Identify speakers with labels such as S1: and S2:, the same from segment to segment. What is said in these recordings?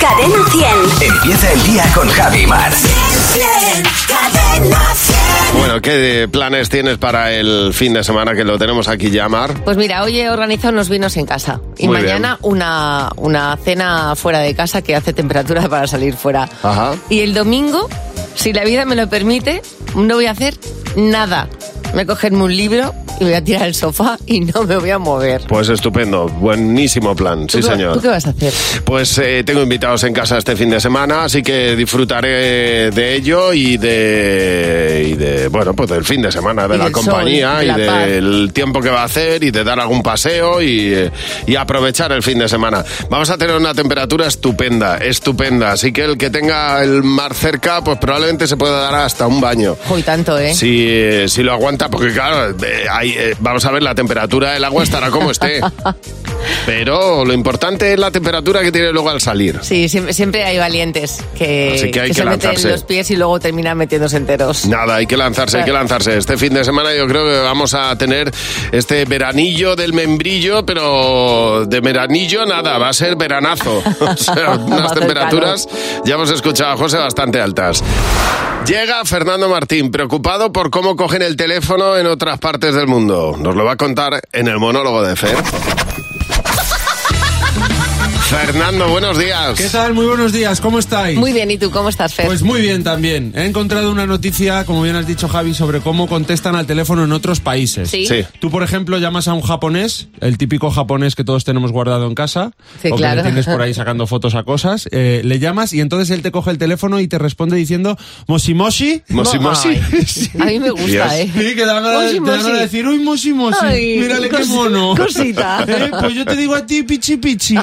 S1: Cadena 100.
S2: Empieza el día con Javi Mar.
S1: Cadena 100.
S3: Bueno, ¿qué eh, planes tienes para el fin de semana que lo tenemos aquí ya, Mar?
S4: Pues mira, hoy he organizado unos vinos en casa y
S3: Muy
S4: mañana una, una cena fuera de casa que hace temperatura para salir fuera.
S3: Ajá.
S4: Y el domingo, si la vida me lo permite, no voy a hacer nada. Me cogerme un libro y me voy a tirar al sofá y no me voy a mover.
S3: Pues estupendo, buenísimo plan, sí
S4: ¿Tú qué-
S3: señor.
S4: ¿Tú qué vas a hacer?
S3: Pues eh, tengo invitados en casa este fin de semana, así que disfrutaré de ello y de, y de bueno, pues del fin de semana, de
S4: Y
S3: la
S4: del sol,
S3: compañía
S4: de la
S3: y
S4: paz.
S3: del tiempo que va a hacer y de dar algún paseo y, eh, y aprovechar el fin de semana. Vamos a tener una temperatura estupenda, estupenda, así que el que tenga el mar cerca, pues probablemente se pueda dar hasta un baño.
S4: Hoy tanto, ¿eh?
S3: Si, eh, si lo aguanta, porque claro, eh, ahí, eh, vamos a ver, la temperatura del agua estará como esté. Pero lo importante es la temperatura que tiene luego al salir.
S4: Sí, siempre, siempre hay valientes que,
S3: Así que hay que
S4: se
S3: lanzarse.
S4: meten los pies y luego terminan metiéndose enteros.
S3: Nada, hay que lanzarse, hay que lanzarse. Este fin de semana yo creo que vamos a tener este veranillo del membrillo, pero de veranillo nada, va a ser veranazo. O sea,
S4: Va a
S3: unas
S4: hacer
S3: temperaturas, ya hemos escuchado a José, bastante altas. Llega Fernando Martín, preocupado por cómo cogen el teléfono en otras partes del mundo. Nos lo va a contar en el monólogo de Fer. Fernando, buenos días.
S5: ¿Qué tal? Muy buenos días, ¿cómo estáis?
S4: Muy bien, ¿y tú cómo estás, Fer?
S5: pues muy bien también. He encontrado una noticia, como bien has dicho Javi, sobre cómo contestan al teléfono en otros países.
S4: Sí.
S3: Sí.
S5: Tú, por ejemplo, llamas a un japonés, el típico japonés que todos tenemos guardado en casa,
S4: Sí,
S5: o
S4: claro.
S5: que le tienes por ahí sacando fotos a cosas, eh, le llamas y entonces él te coge el teléfono y te responde diciendo Moshimoshi.
S4: Oh,
S3: Mosimosi.
S4: Ay, A mí me gusta,
S3: Dios.
S4: ¿eh?
S5: Sí, que te dan ganas de- te dan
S4: Moshimoshi.
S5: ganas de decir, uy, Moshimoshi,
S4: Ay,
S5: mírale qué
S4: cosi-
S5: mono.
S4: cosita.
S5: Eh, pues yo te digo a ti, pichi pichi.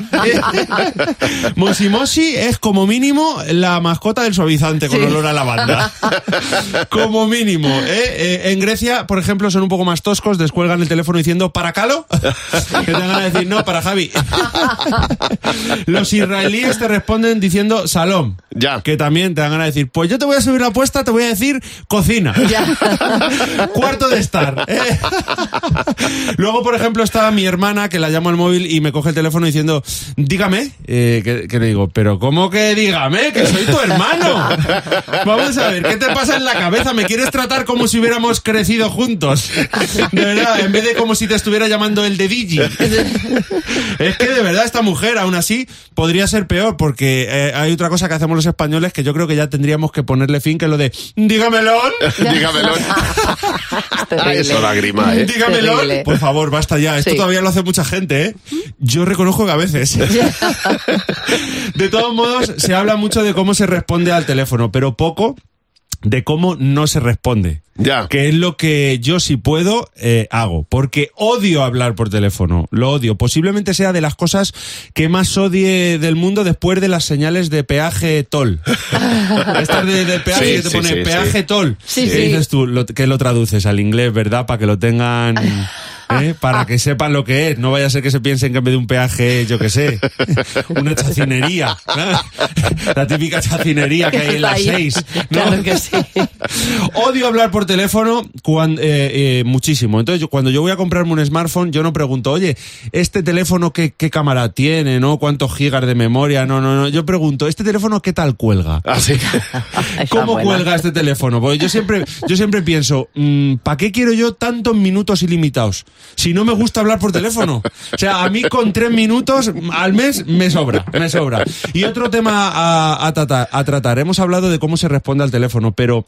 S5: Moshimoshi es como mínimo la mascota del suavizante con olor a lavanda. como mínimo. ¿eh? Eh, en Grecia, por ejemplo, son un poco más toscos, descuelgan el teléfono diciendo, ¿para Calo? que te dan ganas de decir, no, para Javi. Los israelíes te responden diciendo, Salom.
S3: Ya.
S5: Que también te dan ganas de decir, pues yo te voy a subir la apuesta, te voy a decir, cocina. Cuarto de estar. ¿eh? Luego, por ejemplo, está mi hermana que la llamo al móvil y me coge el teléfono diciendo, dígame, eh, que, que le digo, pero ¿cómo que dígame? Que soy tu hermano. Vamos a ver, ¿qué te pasa en la cabeza? ¿Me quieres tratar como si hubiéramos crecido juntos? De verdad, en vez de como si te estuviera llamando el de Digi. Es que de verdad esta mujer, aún así, podría ser peor porque eh, hay otra cosa que hacemos los españoles que yo creo que ya tendríamos que ponerle fin, que es lo de, dígamelo.
S3: Dígamelo.
S4: Es
S3: Ah,
S4: terrible.
S3: eso lagrima, ¿eh?
S5: Dígamelo. Pues
S4: Terrible.
S5: Por favor, basta ya. Esto
S4: Sí.
S5: todavía lo hace mucha gente, ¿eh? Yo reconozco que a veces. de todos modos, se habla mucho de cómo se responde al teléfono, pero poco de cómo no se responde.
S3: Ya.
S5: Que es lo que yo, si puedo, eh, hago. Porque odio hablar por teléfono. Lo odio. Posiblemente sea de las cosas que más odie del mundo después de las señales de peaje toll. Estas de, de peaje
S3: Sí,
S5: que te
S3: sí,
S5: pone
S3: sí, sí.
S5: peaje toll.
S4: Sí,
S5: Y
S4: sí.
S5: dices tú, lo- que lo traduces al inglés, ¿verdad? Para que lo tengan.
S4: Ah.
S5: ¿eh? Para que sepan lo que es. No vaya a ser que se piensen que en vez de un peaje, yo qué sé, una chacinería. ¿no? La típica chacinería que hay en las
S4: Ahí.
S5: seis. ¿no?
S4: Claro que sí.
S5: Odio hablar por teléfono cuan- eh, eh, muchísimo. Entonces, yo- cuando yo voy a comprarme un smartphone, yo no pregunto, oye, ¿este teléfono qué, qué cámara tiene? ¿No? ¿Cuántos gigas de memoria? No, no, no. Yo pregunto, ¿este teléfono qué tal cuelga?
S3: Así.
S4: Está
S5: ¿Cómo
S4: buena.
S5: cuelga este teléfono? Porque yo siempre, yo siempre pienso, ¿para qué quiero yo tantos minutos ilimitados? Si no me gusta hablar por teléfono. O sea, a mí con tres minutos mm, al mes me sobra, me sobra. Y otro tema a, a tratar, a tratar. Hemos hablado de cómo se responde al teléfono, pero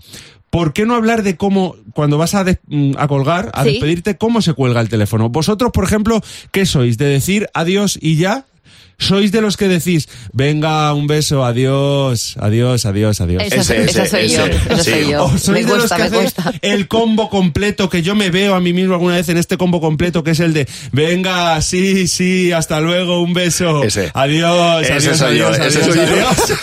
S5: ¿por qué no hablar de cómo, cuando vas a, des- mm, a colgar, a
S4: Sí.
S5: despedirte, cómo se cuelga el teléfono? Vosotros, por ejemplo, ¿qué sois? ¿De decir adiós y ya? ¿Sois de los que decís, venga, un beso, adiós, adiós, adiós, adiós?
S4: Esa,
S3: Ese,
S4: esa
S3: ese,
S4: soy yo.
S3: ese,
S4: Esa
S3: sí.
S4: soy yo.
S5: ¿O
S4: Me
S5: Oh, sois de los
S4: gusta,
S5: que
S4: me
S5: hacéis
S4: gusta.
S5: el combo completo que yo me veo a mí mismo alguna vez en este combo completo que es el de venga, sí, sí, hasta luego, un beso,
S3: Ese.
S5: adiós,
S3: Ese
S5: adiós,
S3: soy yo,
S5: adiós,
S3: ese
S5: adiós,
S3: soy yo.
S5: adiós.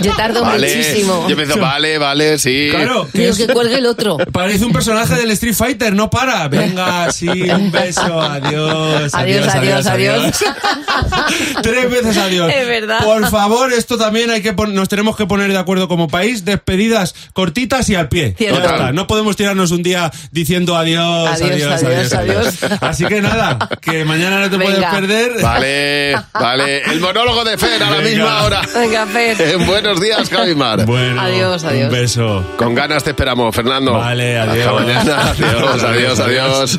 S4: Yo tardo muchísimo.
S3: Yo empiezo, vale, vale, sí.
S5: Claro, que
S4: Digo
S5: es-
S4: que cuelgue el otro.
S5: parece un personaje del Street Fighter, no para, venga, sí, un beso, adiós,
S4: Adiós, adiós, adiós.
S5: adiós. Tres tres veces a Dios.
S4: Es verdad.
S5: Por favor, esto también hay que pon- nos tenemos que poner de acuerdo como país. Despedidas cortitas y al pie.
S4: Cierto.
S5: Ya está. No podemos tirarnos un día diciendo adiós,
S4: Adiós,
S5: adiós, adiós.
S4: adiós, adiós.
S5: Así que nada, que mañana no te
S4: Venga.
S5: puedes perder.
S3: Vale, vale. El monólogo de Fer a la
S5: Venga.
S3: misma hora.
S4: Venga, Fer.
S3: Buenos días, Javimar.
S5: Bueno,
S4: Adiós,
S5: Un
S4: adiós.
S5: beso.
S3: Con ganas te esperamos, Fernando.
S5: Vale, adiós.
S3: Hasta mañana. Adiós, adiós,
S5: Adiós, adiós.
S3: adiós.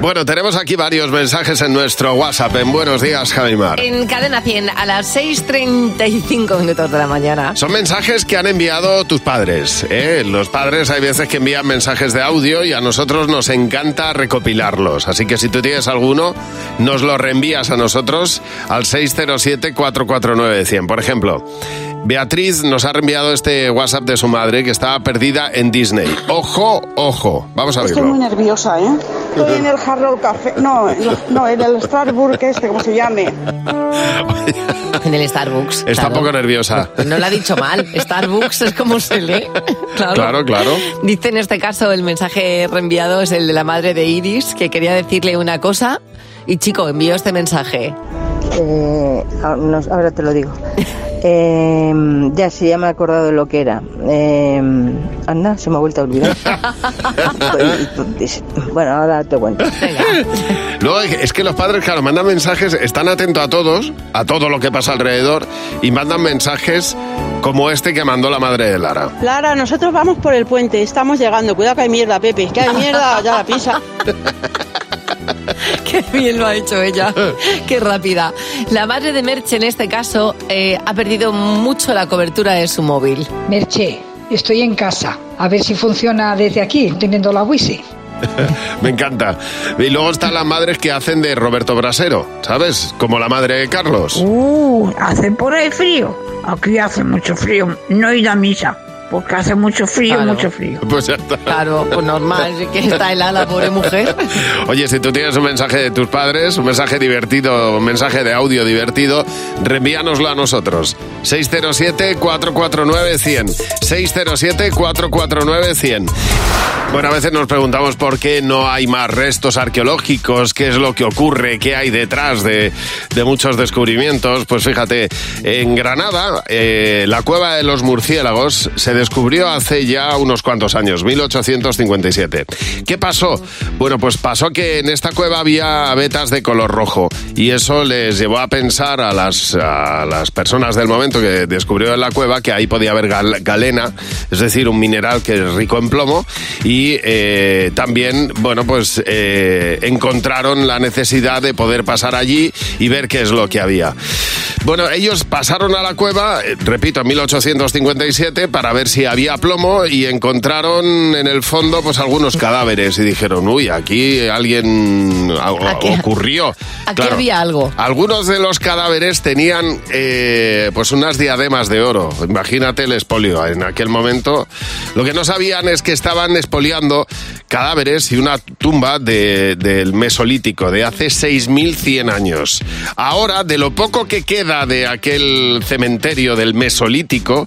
S3: Bueno, tenemos aquí varios mensajes en nuestro WhatsApp. En buenos días, Javimar.
S4: En Cadena 100 a las 6.35 minutos de la mañana.
S3: Son mensajes que han enviado tus padres. ¿eh? Los padres hay veces que envían mensajes de audio y a nosotros nos encanta recopilarlos. Así que si tú tienes alguno, nos lo reenvías a nosotros al 607-449-100. Por ejemplo, Beatriz nos ha reenviado este WhatsApp de su madre que estaba perdida en Disney. Ojo, ojo. Vamos a
S1: Estoy muy
S3: verlo.
S1: nerviosa, ¿eh? Estoy en el Hard Rock Café. No, en la- no, en el Starbucks este, como se llame.
S4: En el Starbucks.
S3: Está un
S4: claro.
S3: poco nerviosa.
S4: No lo ha dicho mal. Starbucks es como se lee. Claro.
S3: Claro, claro.
S4: Dice en este caso el mensaje reenviado es el de la madre de Iris, que quería decirle una cosa. Y chico, envió este mensaje.
S6: Eh, ah, no, ahora te lo digo. Eh,
S7: Em,
S6: ya, sí, ya me he acordado de lo que era. Eh, anda, se me ha vuelto a olvidar. bueno, ahora te cuento.
S3: Luego es que los padres, claro, mandan mensajes, están atentos a todos, a todo lo que pasa alrededor, y mandan mensajes como este que mandó la madre de Lara.
S1: Lara, nosotros vamos por el puente, estamos llegando. Cuidado que hay mierda, Pepe. Que hay mierda, ya la pisa.
S4: Qué bien lo ha hecho ella. Qué rápida. La madre de Merche en este caso eh, ha perdido mucho la cobertura de su móvil.
S8: Merche, estoy en casa. A ver si funciona desde aquí, teniendo la wifi.
S3: Me encanta. Y luego están las madres que hacen de Roberto Brasero, ¿sabes? Como la madre de Carlos.
S9: Uh, hace por ahí frío. Aquí hace mucho frío. No he ido a misa. Porque hace mucho frío,
S4: Claro.
S9: mucho frío.
S3: Pues ya está.
S4: Claro, pues normal, que está helada, pobre mujer.
S3: Oye, si tú tienes un mensaje de tus padres, un mensaje divertido, un mensaje de audio divertido, reenvíanoslo a nosotros. 607-449-100. 607-449-100. Bueno, a veces nos preguntamos por qué no hay más restos arqueológicos, qué es lo que ocurre, qué hay detrás de, de muchos descubrimientos. Pues fíjate, en Granada, eh, la cueva de los murciélagos se descubrió hace ya unos cuantos años, 1857. ¿Qué pasó? Bueno, pues pasó que en esta cueva había abetas de color rojo y eso les llevó a pensar a las, a las personas del momento que descubrió en la cueva que ahí podía haber gal- galena, es decir, un mineral que es rico en plomo y eh, también, bueno, pues eh, encontraron la necesidad de poder pasar allí y ver qué es lo que había. Bueno, ellos pasaron a la cueva, eh, repito, en 1857 para ver si había plomo y encontraron en el fondo pues algunos cadáveres y dijeron, uy, aquí alguien algo
S4: Aquí-
S3: ocurrió.
S4: Aquí había algo.
S3: Algunos de los cadáveres tenían eh, pues unas diademas de oro. Imagínate el espolio en aquel momento. Lo que no sabían es que estaban espoliando cadáveres y una tumba de- del Mesolítico de hace 6.100 años. Ahora, de lo poco que queda de aquel cementerio del Mesolítico,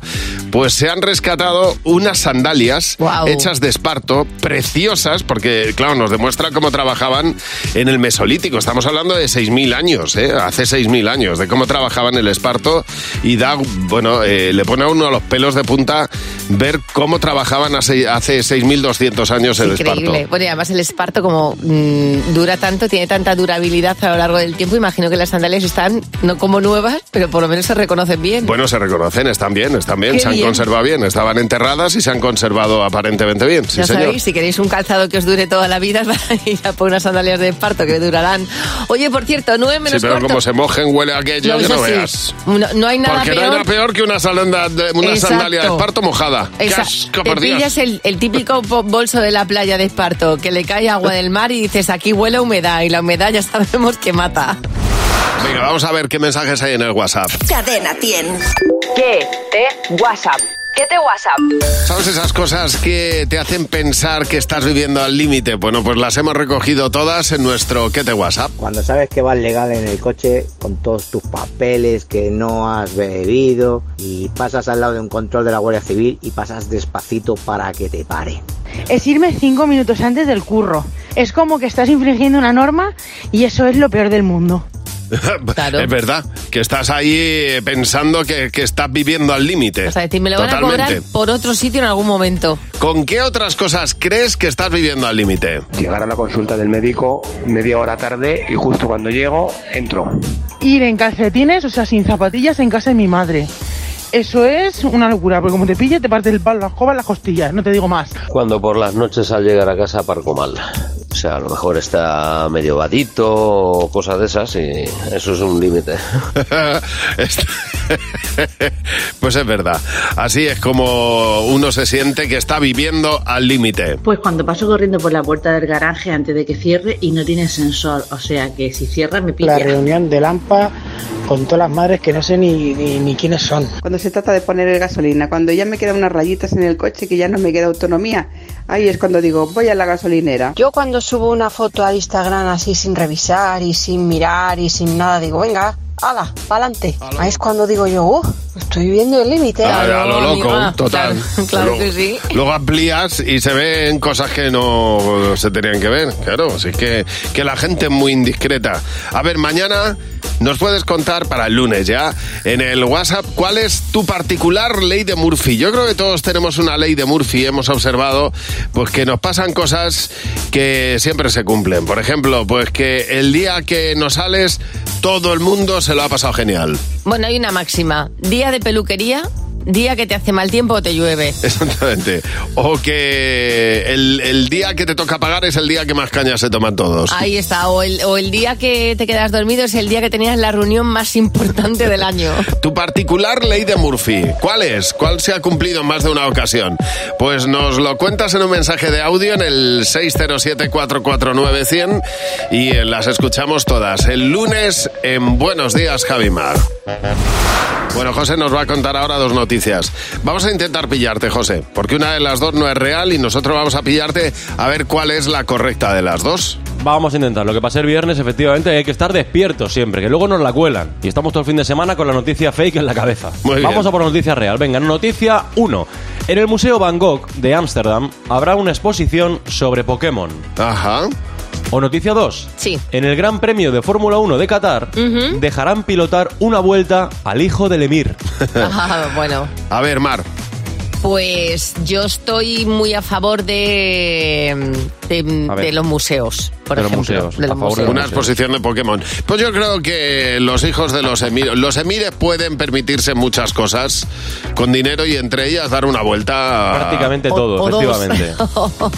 S3: pues se han rescatado unas sandalias
S4: Guau.
S3: hechas de esparto, preciosas, porque, claro, nos demuestra cómo trabajaban en el Mesolítico. Estamos hablando de 6.000 años, ¿eh? hace 6.000 años, de cómo trabajaban el esparto y da, bueno, eh, le pone a uno los pelos de punta ver cómo trabajaban hace, hace 6.200 años el
S4: Increíble.
S3: esparto.
S4: Bueno, y además el esparto como mm, dura tanto, tiene tanta durabilidad a lo largo del tiempo, imagino que las sandalias están no como nuevas, pero por lo menos se reconocen bien.
S3: Bueno, se reconocen, están bien, están bien,
S4: Qué
S3: se han
S4: bien.
S3: conservado bien, estaban enterradas y se han conservado aparentemente bien. Sí,
S4: ya
S3: señor.
S4: sabéis, si queréis un calzado que os dure toda la vida, ir a por unas sandalias de esparto que durarán. Oye, por cierto, nueve
S3: Sí,
S4: menos
S3: pero
S4: cuarto.
S3: como se mojen, huele a aquello,
S4: No,
S3: que
S4: eso
S3: no
S4: sí.
S3: veas.
S4: No- no hay nada
S3: Porque
S4: peor.
S3: no hay nada peor que una, salanda- de- una
S4: Exacto.
S3: sandalia de esparto mojada. ¡Qué
S4: Esa- te
S3: asco, por Dios!
S4: pillas el, el típico po- bolso de la playa de Esparto, que le cae agua del mar y dices, aquí huele a humedad, y la humedad ya sabemos que mata.
S3: Venga, vamos a ver qué mensajes hay en el WhatsApp.
S10: Cadena 100.
S11: ¿Qué te WhatsApp? ¿Qué te WhatsApp?
S3: ¿Sabes esas cosas que te hacen pensar que estás viviendo al límite? Bueno, pues las hemos recogido todas en nuestro ¿Qué te WhatsApp?
S6: Cuando sabes que vas legal en el coche con todos tus papeles, que no has bebido y pasas al lado de un control de la Guardia Civil y pasas despacito para que te pare.
S1: Es irme cinco minutos antes del curro. Es como que estás infringiendo una norma y eso es lo peor del mundo.
S3: Es verdad, que estás ahí eh, pensando que, que estás viviendo al límite.
S4: O sea, decir, me lo van a
S3: Totalmente.
S4: cobrar por otro sitio en algún momento.
S3: ¿Con qué otras cosas crees que estás viviendo al límite?
S10: Llegar a la consulta del médico media hora tarde y justo cuando llego, entro.
S12: Ir en calcetines, o sea, sin zapatillas, en casa de mi madre. Eso es una locura, porque como te pille, te parte el palo, la escoba, las costillas, no te digo más.
S13: Cuando por las noches al llegar a casa parco mal. O sea, a lo mejor está medio vadito o cosas de esas y eso es un límite.
S3: Este- pues es verdad. Así es como uno se siente que está viviendo al límite.
S14: Pues cuando paso corriendo por la puerta del garaje antes de que cierre y no tiene sensor, o sea que si cierra me pilla.
S7: La reunión de Lampa con todas las madres que no sé ni, ni, ni quiénes son.
S15: Cuando se trata de poner el gasolina, cuando ya me quedan unas rayitas en el coche que ya no me queda autonomía, ahí es cuando digo, voy a la gasolinera.
S16: Yo cuando subo una foto a Instagram así sin revisar y sin mirar y sin nada, digo, venga, ala, pa'lante. Ahí es cuando digo yo, "Uh, estoy viviendo el límite.
S3: A, a lo loco,
S17: Ah,
S3: total. Luego- Luego amplías y se ven cosas que no se tenían que ver. Claro, así que, que la gente es muy indiscreta. A ver, mañana nos puedes contar para el lunes ya en el WhatsApp cuál es tu particular ley de Murphy. Yo creo que todos tenemos una ley de Murphy. Hemos observado pues que nos pasan cosas que siempre se cumplen. Por ejemplo, pues que el día que nos sales todo el mundo se lo ha pasado genial.
S4: Bueno, hay una máxima. Día de peluquería, día que te hace mal tiempo o te llueve.
S3: Exactamente. O que el, el día que te toca pagar es el día que más cañas se toman todos.
S4: Ahí está, o el, o el día que te quedas dormido es el día que tenías la reunión más importante del año.
S3: Tu particular ley de Murphy, ¿cuál es? ¿Cuál se ha cumplido en más de una ocasión? Pues nos lo cuentas en un mensaje de audio en el 607-449-100 y eh, las escuchamos todas el lunes en Buenos Días, Javimar. Bueno, José nos va a contar ahora dos noticias. Vamos a intentar pillarte, José, porque una de las dos no es real y nosotros vamos a pillarte a ver cuál es la correcta de las dos.
S18: Vamos a intentar. Lo que pase el viernes, efectivamente, hay que estar despiertos siempre, que luego nos la cuelan. Y estamos todo el fin de semana con la noticia fake en la cabeza.
S3: bien.
S18: Vamos a por noticia real. Venga, noticia 1. En el Museo Van Gogh de Ámsterdam habrá una exposición sobre Pokémon.
S3: Ajá.
S18: O noticia 2.
S4: Sí.
S18: En el Gran Premio de Fórmula 1 de Qatar
S4: Ujú.
S18: dejarán pilotar una vuelta al hijo del Emir.
S4: Ajá, Ah, bueno.
S3: A ver, Mar.
S4: Pues yo estoy muy a favor de, de,
S3: A ver.
S4: de los museos, por
S3: De los
S4: ejemplo.
S3: museos,
S4: de los
S3: a favor de
S4: museos.
S3: los Una museos. exposición de Pokémon. Pues yo creo que los hijos de los emires, los emires pueden permitirse muchas cosas con dinero y entre ellas dar una vuelta. a-
S18: Prácticamente todo, efectivamente.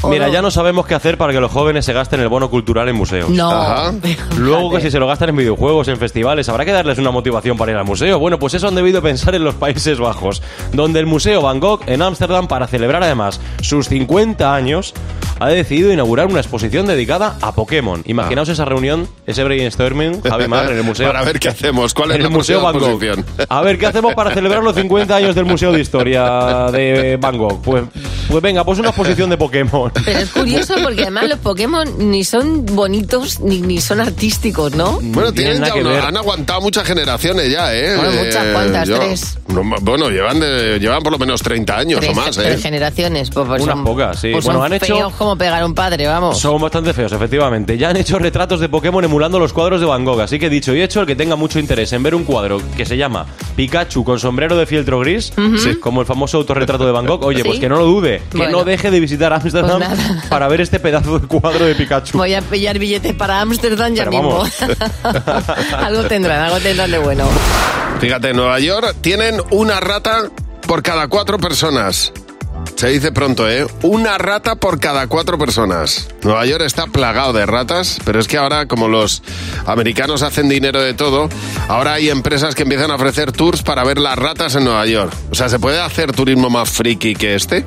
S18: Mira, ya no sabemos qué hacer para que los jóvenes se gasten el bono cultural en museos.
S4: No.
S18: Luego que si se lo gastan en videojuegos, en festivales, habrá que darles una motivación para ir al museo. Bueno, pues eso han debido pensar en los Países Bajos, donde el Museo Van Gogh en Ámsterdam, para celebrar además sus 50 años, ha decidido inaugurar una exposición dedicada a Pokémon. Imaginaos esa reunión, ese brainstorming, Javi Mar, en el museo.
S3: Para ver qué hacemos, cuál es
S18: En
S3: la
S18: el Museo
S3: próxima
S18: Van Gogh.
S3: exposición.
S18: A ver, ¿qué hacemos para celebrar los 50 años del Museo de Historia de Van Gogh? Pues, pues venga, pues una exposición de Pokémon.
S4: Pero es curioso porque además los Pokémon ni son bonitos ni, ni son artísticos, ¿no?
S3: Bueno, tienen ya una- han aguantado muchas generaciones ya, ¿eh?
S4: Bueno,
S3: Eh,
S4: muchas, ¿cuántas? Tres.
S3: no, bueno, llevan, de- llevan por lo menos 30 años
S4: Tres-
S3: o más, ¿eh?
S4: tres generaciones. Pues, pues
S18: Unas
S4: son-
S18: pocas, sí.
S4: pues
S18: eh, Bueno,
S4: son
S18: han hecho-
S4: feos como pegar a un padre, vamos.
S18: Son bastante feos, efectivamente. Ya han hecho retratos de Pokémon emulando los cuadros de Van Gogh, así que dicho y hecho, el que tenga mucho interés en ver un cuadro que se llama Pikachu con sombrero de fieltro gris,
S4: Ujú. Sí.
S18: como el famoso autorretrato de Van Gogh, oye,
S4: Sí.
S18: pues que no lo dude, que
S4: Bueno.
S18: no deje de visitar Ámsterdam
S4: Pues
S18: para ver este pedazo de cuadro de Pikachu.
S4: Voy a pillar billetes para Ámsterdam ya
S18: Pero
S4: mismo.
S18: vamos.
S4: algo tendrán, algo tendrán de bueno.
S3: Fíjate, en Nueva York tienen una rata por cada cuatro personas. Se dice pronto, ¿eh? Una rata por cada cuatro personas. Nueva York está plagado de ratas, pero es que ahora, como los americanos hacen dinero de todo, ahora hay empresas que empiezan a ofrecer tours para ver las ratas en Nueva York. O sea, ¿se puede hacer turismo más friki que este?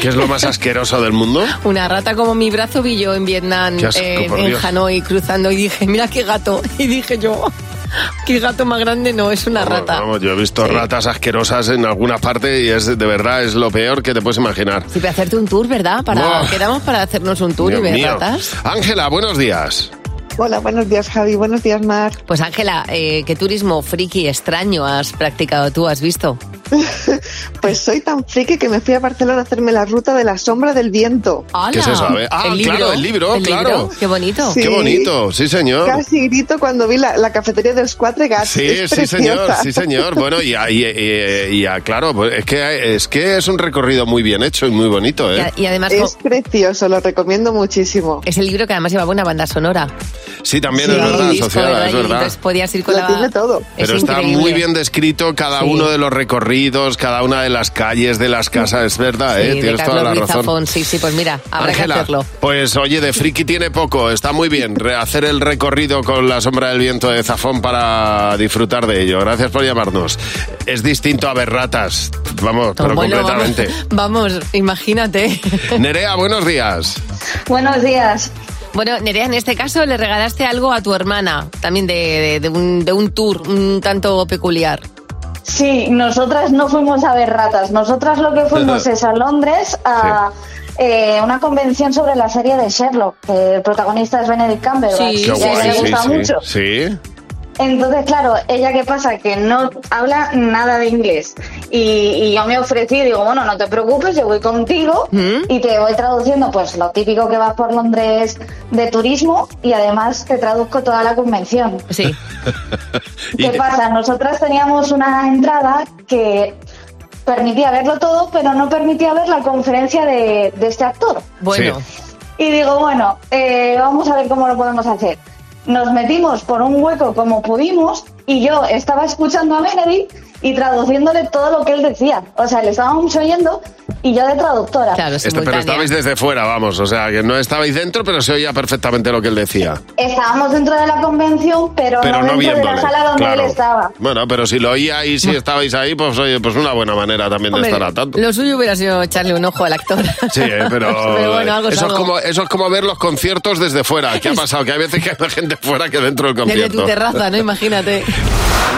S3: ¿Que es lo más asqueroso del mundo?
S4: Una rata como mi brazo vi yo en Vietnam,
S3: Qué asco,
S4: eh,
S3: por
S4: en
S3: Dios.
S4: Hanoi, cruzando y dije, mira qué gato. Y dije yo, qué gato más grande no, es una rata.
S3: Vamos, yo he visto ratas asquerosas en alguna parte y es de verdad es lo peor que te puedes imaginar.
S4: Sí, para hacerte un tour, ¿verdad? Para,
S3: Buah.
S4: Quedamos para hacernos un tour
S3: Dios
S4: y ver
S3: mío.
S4: ratas.
S3: Ángela, buenos días.
S19: Hola, buenos días Javi, buenos días Mar.
S4: Pues Ángela, eh, ¿qué turismo friki extraño has practicado tú, has visto?
S19: Pues soy tan friki que me fui a Barcelona a hacerme la ruta de la sombra del viento.
S3: ¿Qué es eso? A ver. Ah, claro, el libro, claro.
S4: Qué bonito.
S3: Qué bonito, sí, señor.
S19: Casi grito cuando vi la, la cafetería de los Cuatro Gats.
S3: Sí,
S19: Ah, Es
S3: sí, señor,
S19: preciosa.
S3: sí, señor. Bueno, y, a- y- y- y a- claro, pues es que, es que es un recorrido muy bien hecho y muy bonito, ¿eh?
S4: Y, y además
S19: Es precioso, lo recomiendo muchísimo.
S4: Es el libro que además llevaba una banda sonora.
S3: Sí, también
S4: Sí,
S3: es verdad,
S4: un disco,
S3: asociada,
S4: ¿verdad?
S3: es
S4: Y
S3: verdad.
S4: Entonces podías ir con la...
S3: Pero
S4: es
S3: está
S4: increíble.
S3: muy bien descrito cada uno de los recorridos, cada una de las calles, de las casas, es verdad, ¿eh?
S4: Sí, de
S3: Tienes toda
S4: Carlos
S3: la
S4: Ruiz
S3: razón.
S4: Zafón. Sí, sí, pues mira, habrá
S3: Ángela,
S4: que hacerlo.
S3: Pues oye, de friki tiene poco, está muy bien hacer el recorrido con la sombra del viento de Zafón para disfrutar de ello. Gracias por llamarnos. Es distinto a ver ratas, vamos, pero
S4: Bueno,
S3: completamente.
S4: Vamos, vamos, imagínate.
S3: Nerea, buenos días.
S4: Buenos días. Bueno, Nerea, en este caso le regalaste algo a tu hermana, también de, de- de un, de un tour un tanto peculiar.
S17: Sí, nosotras no fuimos a ver ratas. Nosotras lo que fuimos es a Londres a eh, una convención sobre la serie de Sherlock, que el protagonista es Benedict Cumberbatch. y
S3: Qué
S17: a ella
S3: guay,
S17: le
S3: sí,
S17: gusta
S3: sí,
S17: mucho.
S3: sí.
S17: Entonces, claro, ella qué pasa, que no habla nada de inglés. Y, y yo me ofrecí, digo, bueno, no te preocupes, yo voy contigo y te voy traduciendo, pues lo típico que vas por Londres de turismo y además te traduzco toda la convención.
S4: Sí.
S17: ¿Qué pasa? Nosotras teníamos una entrada que permitía verlo todo, pero no permitía ver la conferencia de, de este actor.
S4: Bueno.
S17: Y digo, bueno, eh, vamos a ver cómo lo podemos hacer. Nos metimos por un hueco como pudimos y yo estaba escuchando a Benedict y traduciéndole todo lo que él decía. O sea, le estábamos oyendo y yo de traductora.
S3: Este- pero estabais desde fuera, vamos, o sea, que no estabais dentro, pero se oía perfectamente lo que él decía.
S17: Estábamos dentro de la convención, pero,
S3: Pero
S17: no
S3: no
S17: dentro de la
S3: viéndole,
S17: sala donde
S3: claro.
S17: él estaba.
S3: Bueno, pero si lo oíais y si estabais ahí, pues oye, pues una buena manera también de
S4: Hombre,
S3: estar a tanto.
S4: Lo suyo hubiera sido echarle un ojo al actor.
S3: Sí, eh, pero,
S4: Pero bueno, algo es
S3: eso, es
S4: algo.
S3: como, eso es como ver los conciertos desde fuera. ¿Qué ha pasado? Que hay veces que hay más gente fuera que dentro del
S4: Desde
S3: concierto.
S4: tu terraza, ¿no? Imagínate.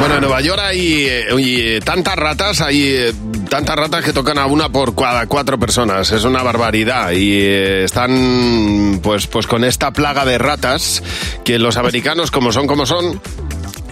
S3: Bueno, en Nueva York hay, eh, y, eh, tantas ratas, hay eh, tantas ratas que tocan a una por cada cuatro personas. Es una barbaridad. Y eh, están pues, pues con esta plaga de ratas que los americanos, como son como son,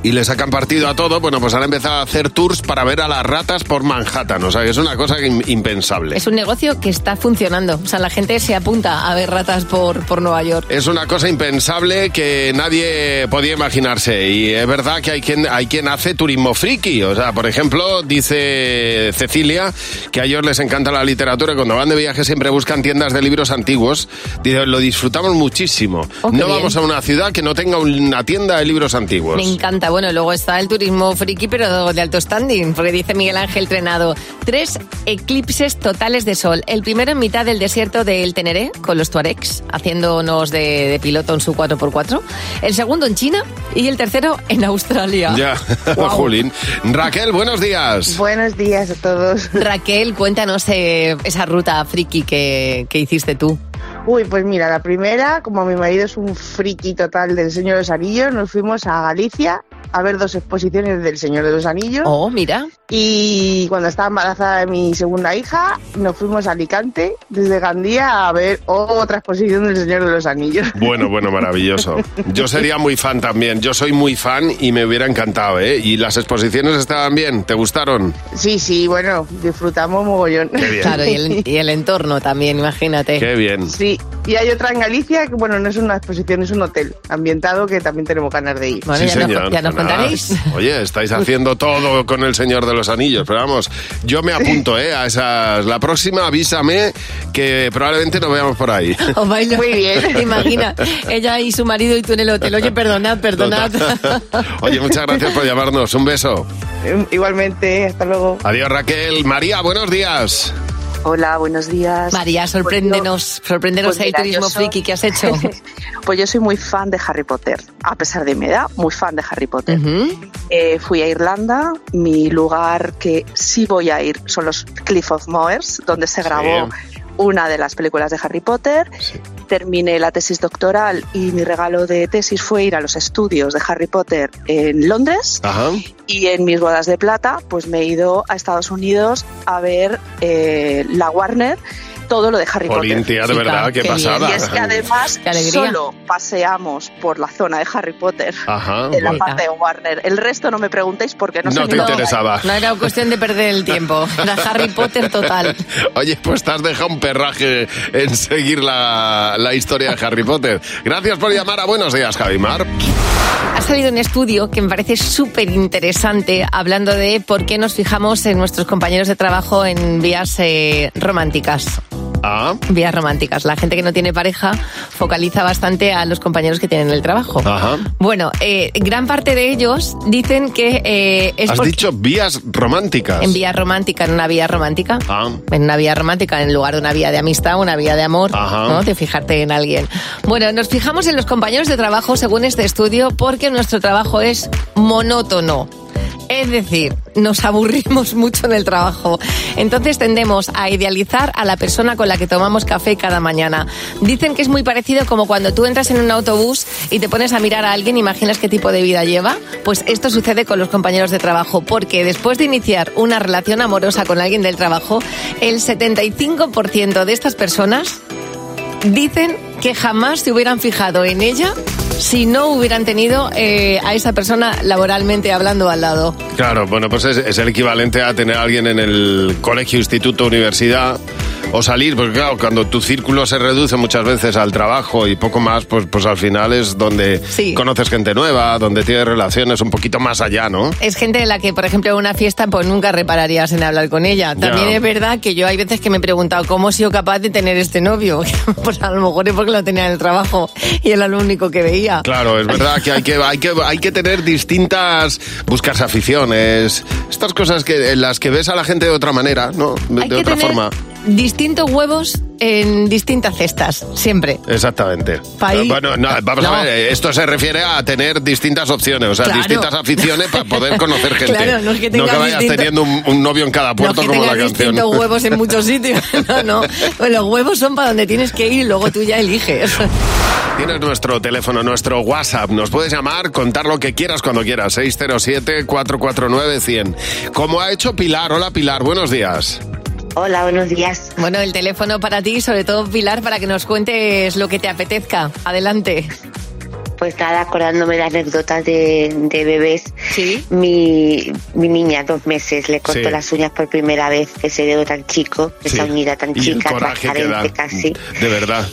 S3: y le sacan partido a todo, bueno, pues han empezado a hacer tours para ver a las ratas por Manhattan. O sea, que es una cosa que im- impensable.
S4: Es un negocio que está funcionando. O sea, la gente se apunta a ver ratas por, por Nueva York.
S3: Es una cosa impensable que nadie podía imaginarse y es verdad que hay quien hay quien hace turismo friki, o sea, por ejemplo, dice Cecilia que a ellos les encanta la literatura y cuando van de viaje siempre buscan tiendas de libros antiguos. Dice, lo disfrutamos muchísimo.
S4: Oh, qué
S3: no
S4: bien.
S3: vamos a una ciudad que no tenga una tienda de libros antiguos.
S4: Me encanta. Bueno, luego está el turismo friki, pero de alto standing, porque dice Miguel Ángel Trenado. Tres eclipses totales de sol. El primero en mitad del desierto del Teneré, con los Tuaregs, haciéndonos de, de piloto en su 4x4. El segundo en China y el tercero en Australia.
S3: Ya, Julín. Raquel, buenos días.
S4: Buenos días a todos. Raquel, cuéntanos eh, esa ruta friki que, que hiciste tú.
S20: Uy, pues mira, la primera, como mi marido es un friki total del Señor de los Anillos, nos fuimos a Galicia a ver dos exposiciones del Señor de los Anillos.
S4: Oh, mira.
S20: Y cuando estaba embarazada de mi segunda hija, nos fuimos a Alicante, desde Gandía, a ver otra exposición del Señor de los Anillos.
S3: Bueno, bueno, maravilloso. Yo sería muy fan también. Yo soy muy fan y me hubiera encantado, ¿eh? Y las exposiciones estaban bien, ¿te gustaron?
S20: Sí, sí, bueno, disfrutamos mogollón.
S3: bien.
S4: Claro, y el, y el entorno también, imagínate.
S3: Qué bien.
S20: Sí, y hay otra en Galicia que, bueno, no es una exposición, es un hotel ambientado que también tenemos ganas de ir.
S3: Sí, señor. Nada. Oye, estáis haciendo todo con el Señor de los Anillos, pero vamos, yo me apunto, ¿eh? A esas. La próxima, avísame que probablemente nos veamos por ahí.
S4: Os bailo.
S3: Muy bien.
S4: Te imaginas, ella y su marido y tú en el hotel. Oye, perdonad, perdonad.
S3: Oye, muchas gracias por llamarnos. Un beso.
S20: Igualmente, hasta luego.
S3: Adiós, Raquel. María, buenos días.
S21: Hola, buenos días.
S4: María, sorpréndenos, sorpréndenos
S21: pues
S4: el
S21: mira,
S4: turismo
S21: yo soy-
S4: friki que has hecho.
S21: Pues yo soy muy fan de Harry Potter, a pesar de mi edad, muy fan de Harry Potter. Eh, fui a Irlanda, mi lugar que sí voy a ir son los Cliff of Moers, donde se grabó una de las películas de Harry Potter. Terminé la tesis doctoral y mi regalo de tesis fue ir a los estudios de Harry Potter en Londres. Y en mis bodas de plata, pues me he ido a Estados Unidos a ver eh, la Warner todo lo de Harry
S3: Jolín,
S21: Potter.
S3: tía, de verdad, qué
S21: bien.
S3: pasada.
S21: Y es que además
S3: Qué alegría.
S21: solo paseamos por la zona de Harry Potter
S3: Ajá,
S21: en la
S3: bueno.
S21: parte de Warner. El resto no me preguntéis porque no, sé
S3: No
S21: ni
S3: te
S21: dónde
S3: interesaba.
S4: No era cuestión de perder el tiempo. Era Harry Potter total.
S3: Oye, pues te has dejado un perraje en seguir la, la historia de Harry Potter. Gracias por llamar a Buenos Días, Javimar.
S4: Ha salido un estudio que me parece súper interesante hablando de por qué nos fijamos en nuestros compañeros de trabajo en vías eh, románticas.
S3: Ah.
S4: Vías románticas. La gente que no tiene pareja focaliza bastante a los compañeros que tienen el trabajo.
S3: Ajá.
S4: Bueno, eh, gran parte de ellos dicen que eh, es
S3: Has
S4: porque-
S3: dicho vías románticas.
S4: en vía romántica, en una vía romántica.
S3: Ah.
S4: En una vía romántica, en lugar de una vía de amistad, una vía de amor,
S3: Ajá.
S4: ¿no? De fijarte en alguien. Bueno, nos fijamos en los compañeros de trabajo según este estudio porque nuestro trabajo es monótono. Es decir, nos aburrimos mucho en el trabajo. Entonces tendemos a idealizar a la persona con la que tomamos café cada mañana. Dicen que es muy parecido como cuando tú entras en un autobús y te pones a mirar a alguien, imaginas qué tipo de vida lleva. Pues esto sucede con los compañeros de trabajo, porque después de iniciar una relación amorosa con alguien del trabajo, el 75% de estas personas dicen que jamás se hubieran fijado en ella si no hubieran tenido eh, a esa persona laboralmente hablando al lado.
S3: Claro, bueno, pues es, es el equivalente a tener a alguien en el colegio, instituto, universidad o salir, porque claro, cuando tu círculo se reduce muchas veces al trabajo y poco más, pues, pues al final es donde conoces gente nueva, donde tienes relaciones un poquito más allá, ¿no?
S4: Es gente de la que, por ejemplo, en una fiesta pues nunca repararías en hablar con ella. También
S3: Ya.
S4: es verdad que yo hay veces que me he preguntado cómo he sido capaz de tener este novio. pues a lo mejor es porque lo tenía en el trabajo y era lo único que veía.
S3: Claro, es verdad que hay que, hay que, hay que tener distintas, buscarse aficiones, estas cosas que, en las que ves a la gente de otra manera, ¿no? De,
S4: Hay
S3: de
S4: que
S3: otra
S4: tener
S3: forma.
S4: distintos huevos en distintas cestas, siempre.
S3: Exactamente. Ah,
S4: Pa' ahí.
S3: Bueno, no, vamos
S4: No.
S3: a ver, eh, esto se refiere a tener distintas opciones, o sea,
S4: Claro.
S3: distintas aficiones para poder conocer gente.
S4: Claro, no es que tengas
S3: vayas
S4: distinto-
S3: teniendo un, un novio en cada
S4: No es
S3: puerto
S4: que
S3: como
S4: tengas
S3: la canción.
S4: distintos huevos en muchos sitios. No, no. Pues, Los huevos son para donde tienes que ir y luego tú ya eliges.
S3: Tienes nuestro teléfono, nuestro WhatsApp. Nos puedes llamar, contar lo que quieras cuando quieras. 607-449-100. Como ha hecho Pilar. Hola, Pilar. Buenos días.
S2: Hola, buenos días.
S4: Bueno, el teléfono para ti, sobre todo Pilar, para que nos cuentes lo que te apetezca. Adelante.
S2: Pues nada, acordándome de anécdotas de, de bebés. Mi, mi niña, dos meses, le cortó
S3: Sí.
S2: las uñas por primera vez, ese dedo tan chico, esa
S3: Sí.
S2: uñita tan
S3: Y el
S2: chica,
S3: coraje que da.
S2: transparente casi.
S3: De verdad.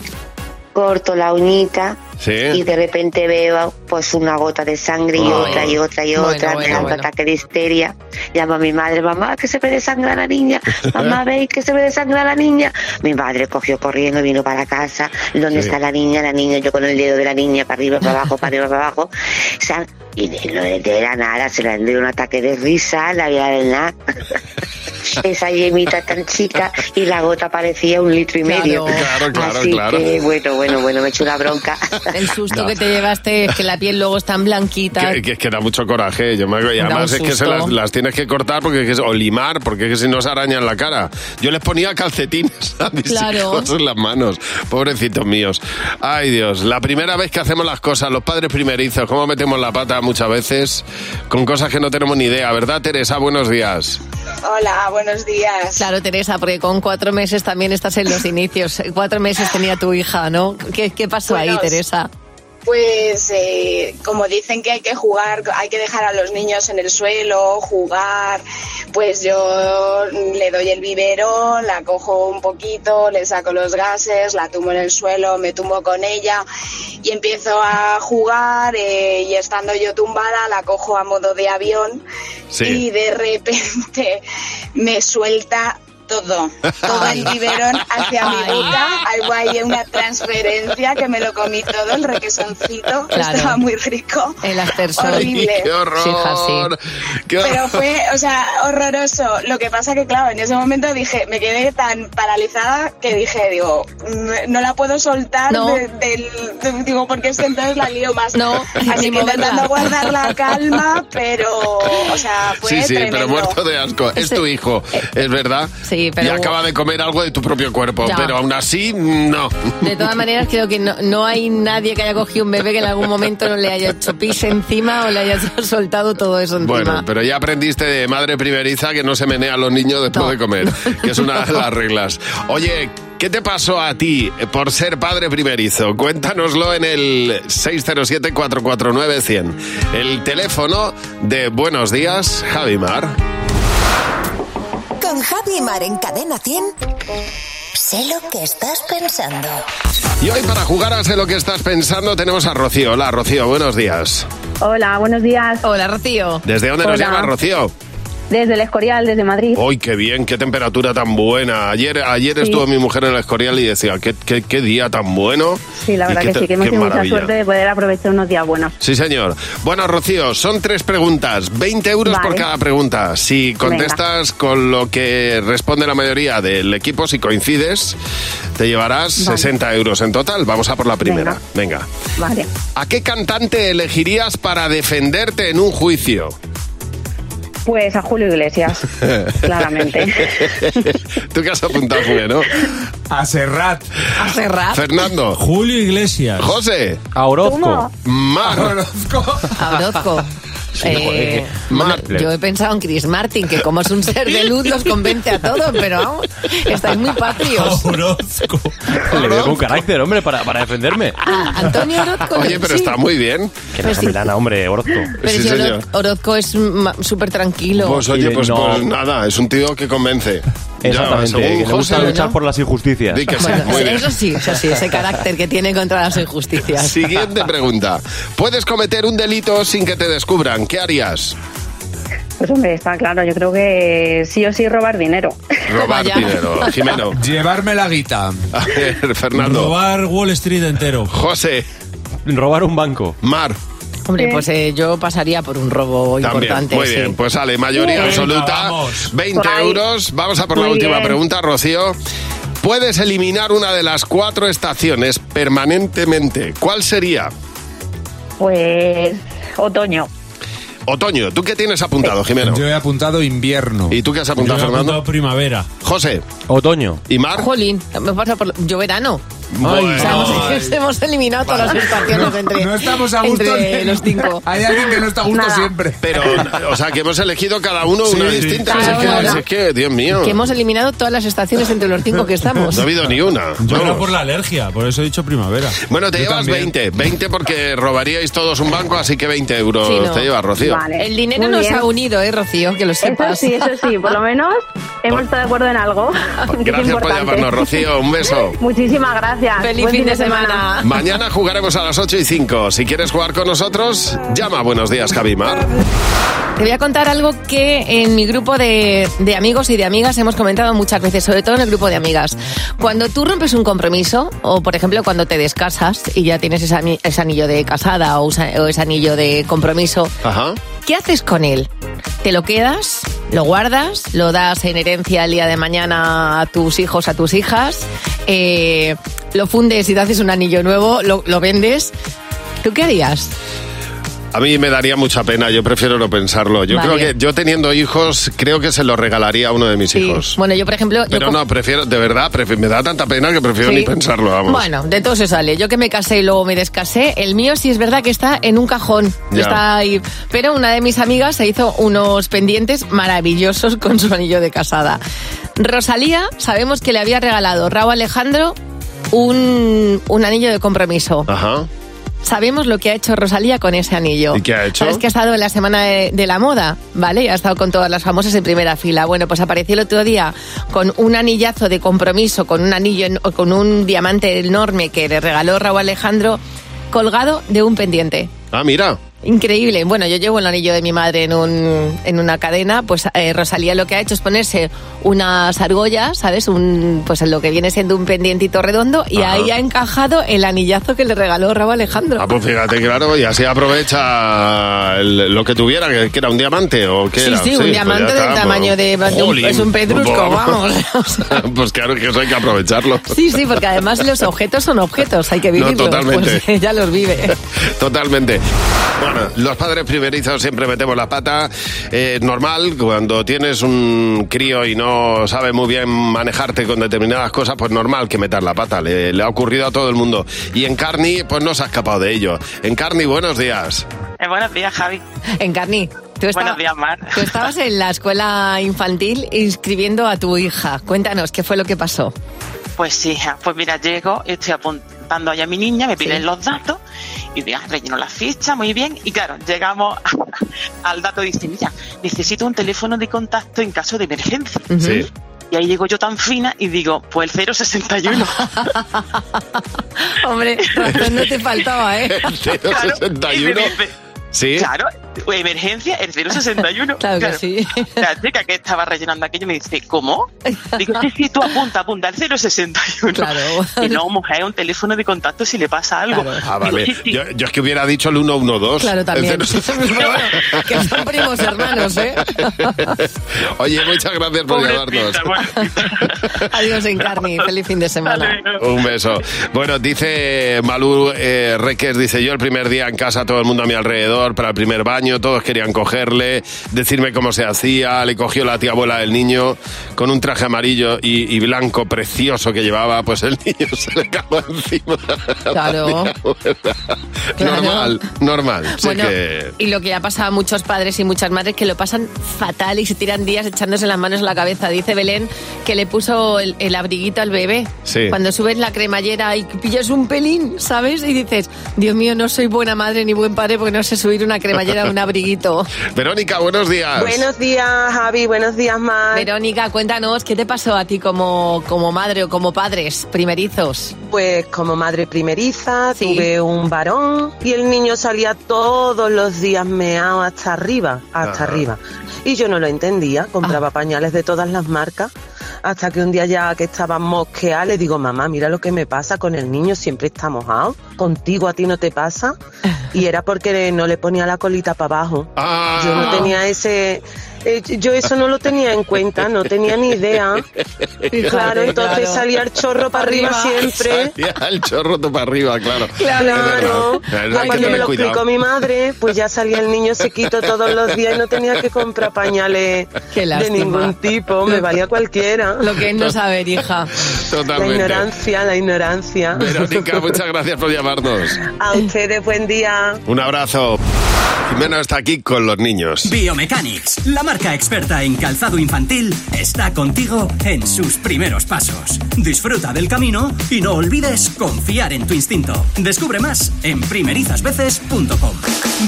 S2: Corto la uñita
S3: Sí.
S2: y de repente veo pues una gota de sangre y
S3: Ah.
S2: otra y otra y
S3: Bueno,
S2: otra, me
S3: bueno,
S2: da un
S3: bueno.
S2: ataque de histeria. Llamo a mi madre, mamá, que se me desangra la niña, mamá, veis que se me desangra la niña. Mi madre cogió corriendo, vino para casa, ¿dónde
S22: Sí.
S2: está la niña? La niña, yo con el dedo de la niña para arriba, para abajo, para arriba, para abajo. San- Y de, no de- de la nada, se le dio un ataque de risa, la vida de nada. Esa yemita tan chica y la gota parecía un litro y medio.
S3: Claro, claro,
S2: Así
S3: claro.
S2: que bueno, bueno, bueno, me he hecho una bronca.
S4: El susto
S3: No.
S4: que te llevaste es que la piel luego es tan blanquita.
S3: Que, que- que da mucho coraje. Yo me, y
S4: Da
S3: además
S4: un
S3: es que se
S4: susto.
S3: las, las tienes que cortar porque es que es- o limar, porque es que si no se arañan la cara. Yo les ponía calcetines a mis
S4: Claro.
S3: hijos en las manos. Pobrecitos míos. Ay, Dios. La primera vez que hacemos las cosas, los padres primerizos, cómo metemos la pata muchas veces con cosas que no tenemos ni idea. ¿Verdad, Teresa? Buenos días.
S4: Hola, buenos días. Claro, Teresa, porque con cuatro meses también estás en los inicios. Cuatro meses tenía tu hija, ¿no? ¿Qué, qué pasó ahí,
S23: Bueno,
S4: Teresa?
S23: Pues eh, como dicen que hay que jugar, hay que dejar a los niños en el suelo, jugar, pues yo le doy el biberón, la cojo un poquito, le saco los gases, la tumbo en el suelo, me tumbo con ella y empiezo a jugar eh, y estando yo tumbada la cojo a modo de avión
S3: Sí.
S23: y de repente me suelta todo, todo el biberón hacia mi boca, algo ahí una transferencia que me lo comí todo, el requesoncito,
S4: Claro.
S23: estaba muy rico,
S4: El aspersor.
S23: horrible.
S3: ¡Qué horror!
S4: Sí, hija, sí.
S3: ¡Qué horror!
S23: Pero fue, o sea, horroroso. Lo que pasa que, claro, en ese momento dije, me quedé tan paralizada que dije, digo, mm, no la puedo soltar
S4: No.
S23: de- del, de- digo, porque es que entonces la lío más.
S4: No,
S23: Así
S4: ni
S23: que intentando
S4: moverla.
S23: guardar la calma, pero, o sea, fue
S3: Sí, sí, pero
S23: tremendo.
S3: muerto de asco. Es tu hijo, es verdad.
S4: eh, Sí, pero-
S3: Y acaba de comer algo de tu propio cuerpo,
S4: Ya.
S3: pero aún así, no.
S4: De todas maneras, creo que no, no hay nadie que haya cogido un bebé que en algún momento no le haya hecho pis encima o le haya soltado todo eso encima.
S3: Bueno, pero ya aprendiste de madre primeriza que no se menean los niños después de comer, que es una de las reglas. Oye, ¿Qué te pasó a ti por ser padre primerizo? Cuéntanoslo en el 607-449-100. El teléfono de Buenos Días, Javimar.
S5: Con Javi Mar en Cadena 100. Sé lo que estás pensando.
S3: Y hoy para jugar a Sé lo que estás pensando tenemos a Rocío. Hola, Rocío, buenos días.
S8: Hola, buenos días.
S4: Hola, Rocío.
S3: ¿Desde dónde nos
S8: Hola.
S3: llamas, Oh, Rocío?
S8: Desde el Escorial, desde Madrid.
S3: ¡Ay, qué bien! ¡Qué temperatura tan buena! Ayer, ayer
S8: Sí.
S3: estuvo mi mujer en el Escorial y decía, ¿qué, qué, qué día tan bueno?
S8: Sí, la
S3: Y
S8: verdad
S3: qué
S8: que
S3: te-
S8: sí, que hemos
S3: qué
S8: tenido mucha
S3: maravilla.
S8: suerte de poder aprovechar unos días buenos.
S3: Sí, señor. Bueno, Rocío, son tres preguntas, 20 euros por
S8: Vale.
S3: cada pregunta. Si contestas con lo que responde la mayoría del equipo, si coincides, te llevarás 60 euros en total. Vamos a por la primera. Venga.
S8: Vale.
S3: ¿A qué cantante elegirías para defenderte en un juicio?
S8: Pues a Julio Iglesias. Claramente.
S3: Tú que has apuntado, Julio, ¿no?
S22: A Serrat.
S4: A Serrat.
S3: Fernando.
S22: Julio Iglesias. Ah,
S3: José.
S18: A
S4: Orozco.
S3: Mar.
S4: A Orozco. Eh,
S3: Mar.
S4: yo he pensado en Chris Martin, que como es un ser de luz los convence a todos, pero vamos, estáis muy patrios.
S18: Le veo con carácter, hombre, para, para defenderme.
S4: Ah, Antonio Orozco.
S18: Oye, pero
S4: sí.
S18: está
S3: muy bien.
S18: Que
S4: Pues
S18: no
S4: sí.
S18: Milana, hombre, Orozco.
S4: Pero si Oro- Orozco es ma- súper tranquilo.
S3: Pues oye, pues,
S18: No.
S3: pues nada, es un tío que convence. Ya,
S18: Exactamente,
S3: según
S18: que le gusta
S3: José,
S18: luchar por las injusticias.
S3: Di que sí,
S4: Bueno,
S3: muy bien.
S4: eso sí, eso sí, ese carácter que tiene contra las injusticias.
S3: Siguiente pregunta. ¿Puedes cometer un delito sin que te descubran? ¿Qué harías?
S8: Pues hombre, está claro, yo creo que sí o sí robar dinero.
S3: Robar
S8: Vaya.
S3: dinero, Jimeno.
S22: Llevarme la guita.
S3: A ver, Fernando.
S22: Robar Wall Street entero.
S3: José.
S18: Robar un banco.
S3: Mar.
S4: Hombre, pues eh, yo pasaría por un robo
S3: También.
S4: importante.
S3: Muy
S4: sí.
S3: bien, pues sale, mayoría
S4: Venga,
S3: absoluta.
S4: vamos.
S3: 20
S4: Por ahí.
S3: euros. Vamos a por la
S4: Muy
S3: última
S4: bien.
S3: pregunta, Rocío. ¿Puedes eliminar una de las cuatro estaciones permanentemente? ¿Cuál sería?
S8: Pues otoño.
S3: Otoño. ¿Tú qué tienes apuntado, Jimeno?
S22: Yo he apuntado invierno.
S3: ¿Y tú qué has apuntado,
S22: Yo he
S3: Fernando?
S22: apuntado primavera.
S3: José.
S18: Otoño.
S3: ¿Y Mar?
S4: Jolín, me pasa por... Yo verano.
S22: Ay,
S4: O sea, hemos,
S22: ay.
S4: hemos eliminado todas las estaciones entre,
S22: no estamos a gusto
S4: entre
S22: ni-
S4: los cinco.
S22: Hay alguien que no está a gusto
S4: Nada.
S22: siempre.
S3: Pero, o sea, que hemos elegido cada uno
S22: Sí,
S3: una
S22: sí.
S3: distinta.
S22: Cada
S3: Es que-
S22: uno,
S3: es,
S22: ¿no?
S3: que, Dios mío.
S4: Que hemos eliminado todas las estaciones entre los cinco que estamos.
S3: No ha habido ni una.
S22: Yo
S3: Vamos.
S22: era por la alergia, por eso he dicho primavera.
S3: Bueno, te
S22: Yo
S3: llevas
S22: también.
S3: 20. 20 porque robaríais todos un banco, así que 20 euros
S4: Sí, no.
S3: te llevas, Rocío.
S4: El dinero
S8: Muy
S4: nos
S8: bien.
S4: ha unido, ¿eh, Rocío? Que lo
S8: Eso
S4: sepas.
S8: sí, eso sí, por lo menos hemos estado de acuerdo en algo. que es
S3: Gracias por
S8: importante.
S3: llamarnos, Rocío. Un beso.
S8: Muchísimas gracias.
S4: Feliz
S8: Buen
S4: fin de semana.
S3: Mañana jugaremos a las 8 y 5. Si quieres jugar con nosotros, llama. Buenos días, Javimar.
S4: Te voy a contar algo que en mi grupo de, de amigos y de amigas hemos comentado muchas veces, sobre todo en el grupo de amigas. Cuando tú rompes un compromiso, o por ejemplo cuando te descasas y ya tienes ese, ani- ese anillo de casada o, usa- o ese anillo de compromiso,
S3: Ajá.
S4: ¿qué haces con él? ¿Te lo quedas? ¿Lo guardas? ¿Lo das en herencia el día de mañana a tus hijos, a tus hijas? Eh, ¿Lo fundes y te haces un anillo nuevo? ¿Lo, lo vendes? ¿Tú qué harías?
S3: A mí me daría mucha pena, yo prefiero no pensarlo. Yo
S4: Vale.
S3: creo que yo teniendo hijos, creo que se lo regalaría a uno de mis hijos.
S4: Bueno, yo por ejemplo... yo
S3: Pero
S4: con-
S3: no, prefiero, de verdad, prefi- me da tanta pena que prefiero
S4: Sí.
S3: ni pensarlo, vamos.
S4: Bueno, de todo se sale. Yo que me casé y luego me descasé, el mío sí es verdad que está en un cajón.
S3: Ya.
S4: Está ahí. Pero una de mis amigas se hizo unos pendientes maravillosos con su anillo de casada. Rosalía, sabemos que le había regalado Raúl Alejandro un, un anillo de compromiso.
S3: Ajá.
S4: Sabemos lo que ha hecho Rosalía con ese anillo.
S3: ¿Y qué ha hecho?
S4: Sabes que ha estado en la semana de, de la moda, ¿vale? Y ha estado con todas las famosas en primera fila. Bueno, pues apareció el otro día con un anillazo de compromiso, con un anillo, en- con un diamante enorme que le regaló Raúl Alejandro, colgado de un pendiente.
S3: Ah, mira.
S4: Increíble. Bueno, yo llevo el anillo de mi madre en, un, en una cadena, pues eh, Rosalía lo que ha hecho es ponerse unas argollas, ¿sabes? Un, pues lo que viene siendo un pendientito redondo y
S3: Ajá.
S4: ahí ha encajado el anillazo que le regaló Raúl Alejandro.
S3: Ah, pues fíjate, claro, y así aprovecha el- lo que tuviera, que, que era un diamante o qué
S4: Sí,
S3: era.
S4: sí, un
S3: pues
S4: diamante
S3: ya
S4: del
S3: está,
S4: tamaño de- de un-
S3: Jolín.
S4: es un pedrusco,
S3: Pues-
S4: vamos.
S3: pues claro que eso hay que aprovecharlo.
S4: Sí, sí, porque además los objetos son objetos, hay que
S3: No,
S4: vivirlos.
S3: totalmente.
S4: pues, ya los vive.
S3: Totalmente. Bueno, los padres primerizos siempre metemos la pata. Eh, normal, cuando tienes un crío y no sabe muy bien manejarte con determinadas cosas, pues normal que metas la pata. Le, le ha ocurrido a todo el mundo. Y en Carni, pues no se ha escapado de ello. En Carni, buenos días.
S24: Eh, buenos días, Javi.
S4: Encarni, tú, esta-
S24: Buenos días, Mar.
S4: tú estabas en la escuela infantil inscribiendo a tu hija. Cuéntanos, ¿qué fue lo que pasó?
S6: Pues sí, hija, pues mira, llego, estoy apuntando ahí a mi niña, me piden los datos y ya, relleno la ficha, muy bien. Y claro, llegamos al dato y dice, mira, necesito un teléfono de contacto en caso de emergencia.
S3: Sí.
S6: Y ahí llego yo tan fina y digo, pues el 061.
S4: Hombre, razón no te faltaba, ¿eh?
S6: Claro, y me
S3: 61.
S6: dice,
S3: Sí.
S6: Claro, emergencia, el 061.
S4: Claro que sí.
S6: La chica que estaba rellenando aquello me dice, ¿cómo? Digo, sí, sí, tú apunta, apunta, el 061. Y no, mujer, es un teléfono de contacto si le pasa algo.
S3: Ah, vale.
S6: Digo, sí, sí.
S3: Yo, yo es que hubiera dicho el 112.
S6: Claro, también.
S3: El 0.
S4: que son primos hermanos, ¿eh?
S3: Oye, muchas gracias por llamarnos.
S4: Adiós, Encarni. Feliz fin de semana.
S3: Un beso. Bueno, dice Malú eh, Reques, dice yo el primer día en casa, todo el mundo a mi alrededor, para el primer baño, todos querían cogerle, decirme cómo se hacía, le cogió la tía abuela del niño con un traje amarillo y, y blanco precioso que llevaba, pues el niño se le cagó encima.
S4: Claro. Claro.
S3: Normal, normal. Sí
S4: Bueno,
S3: que-
S4: y lo que ha pasado a muchos padres y muchas madres que lo pasan fatal y se tiran días echándose las manos en la cabeza. Dice Belén que le puso el, el abriguito al bebé.
S3: Sí.
S4: Cuando subes la cremallera y pillas un pelín, ¿sabes? Y dices, Dios mío, no soy buena madre ni buen padre porque no sé subir una cremallera o un abriguito.
S3: Verónica, buenos días.
S4: días, Javi. Buenos días, más. Verónica, cuéntanos, ¿qué te pasó a ti como, como madre o como padres primerizos?
S9: Pues como madre primeriza, tuve un varón y el niño salía todos los días meado hasta arriba, hasta
S11: Ajá.
S9: arriba. Y yo no lo entendía, compraba pañales de todas las marcas, hasta que un día ya que estaba mosqueada le digo, mamá, mira lo que me pasa con el niño, siempre está mojado, contigo a ti no te pasa. Y era porque no le ponía la colita para abajo. Yo no tenía ese... eh, Yo eso no lo tenía en cuenta, no tenía ni idea.
S3: Fíjate,
S9: claro, entonces
S3: claro.
S9: salía el chorro para arriba siempre.
S3: Salía el chorro todo para arriba, claro.
S9: Claro,
S3: Es verdad. Es
S9: Ya
S3: verdad, hay que
S9: cuando me
S3: tener
S9: lo
S3: cuidado.
S9: explicó mi madre, pues ya salía el niño sequito todos los días y no tenía que comprar pañales de
S4: lástima.
S9: ningún tipo, me valía cualquiera.
S4: Lo que es no saber, hija.
S9: La
S3: Totalmente.
S9: ignorancia, la ignorancia.
S3: Verónica, muchas gracias por llamarnos.
S9: A ustedes, buen día.
S3: Un abrazo. Jimeno está aquí con los niños.
S24: Biomechanics, la marca experta en calzado infantil, está contigo en sus primeros pasos. Disfruta del camino y no olvides confiar en tu instinto. Descubre más en primerizasveces.com.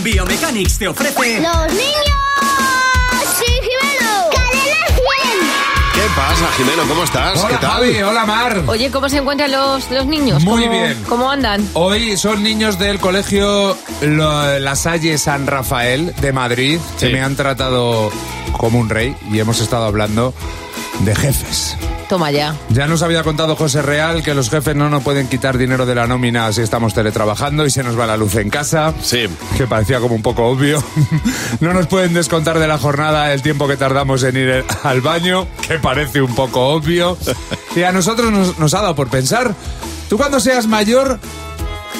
S24: Biomechanics te ofrece.
S25: ¡Los niños! ¡Sí, Jimeno!
S3: ¿Qué pasa, Jimeno? ¿Cómo estás?
S22: Hola,
S3: ¿Qué tal?
S22: Javi, hola, Mar.
S4: Oye, ¿cómo se encuentran los, los niños?
S22: Muy
S4: ¿Cómo-
S22: bien.
S4: ¿Cómo andan?
S22: Hoy son niños del colegio Lo- La Salle San Rafael de Madrid que me han tratado como un rey y hemos estado hablando de jefes.
S4: Toma ya.
S22: Ya nos había contado José Real que los jefes no nos pueden quitar dinero de la nómina si estamos teletrabajando y se nos va la luz en casa.
S3: Sí.
S22: Que parecía como un poco obvio. No nos pueden descontar de la jornada el tiempo que tardamos en ir al baño, que parece un poco obvio. Y a nosotros nos, nos ha dado por pensar, tú cuando seas mayor,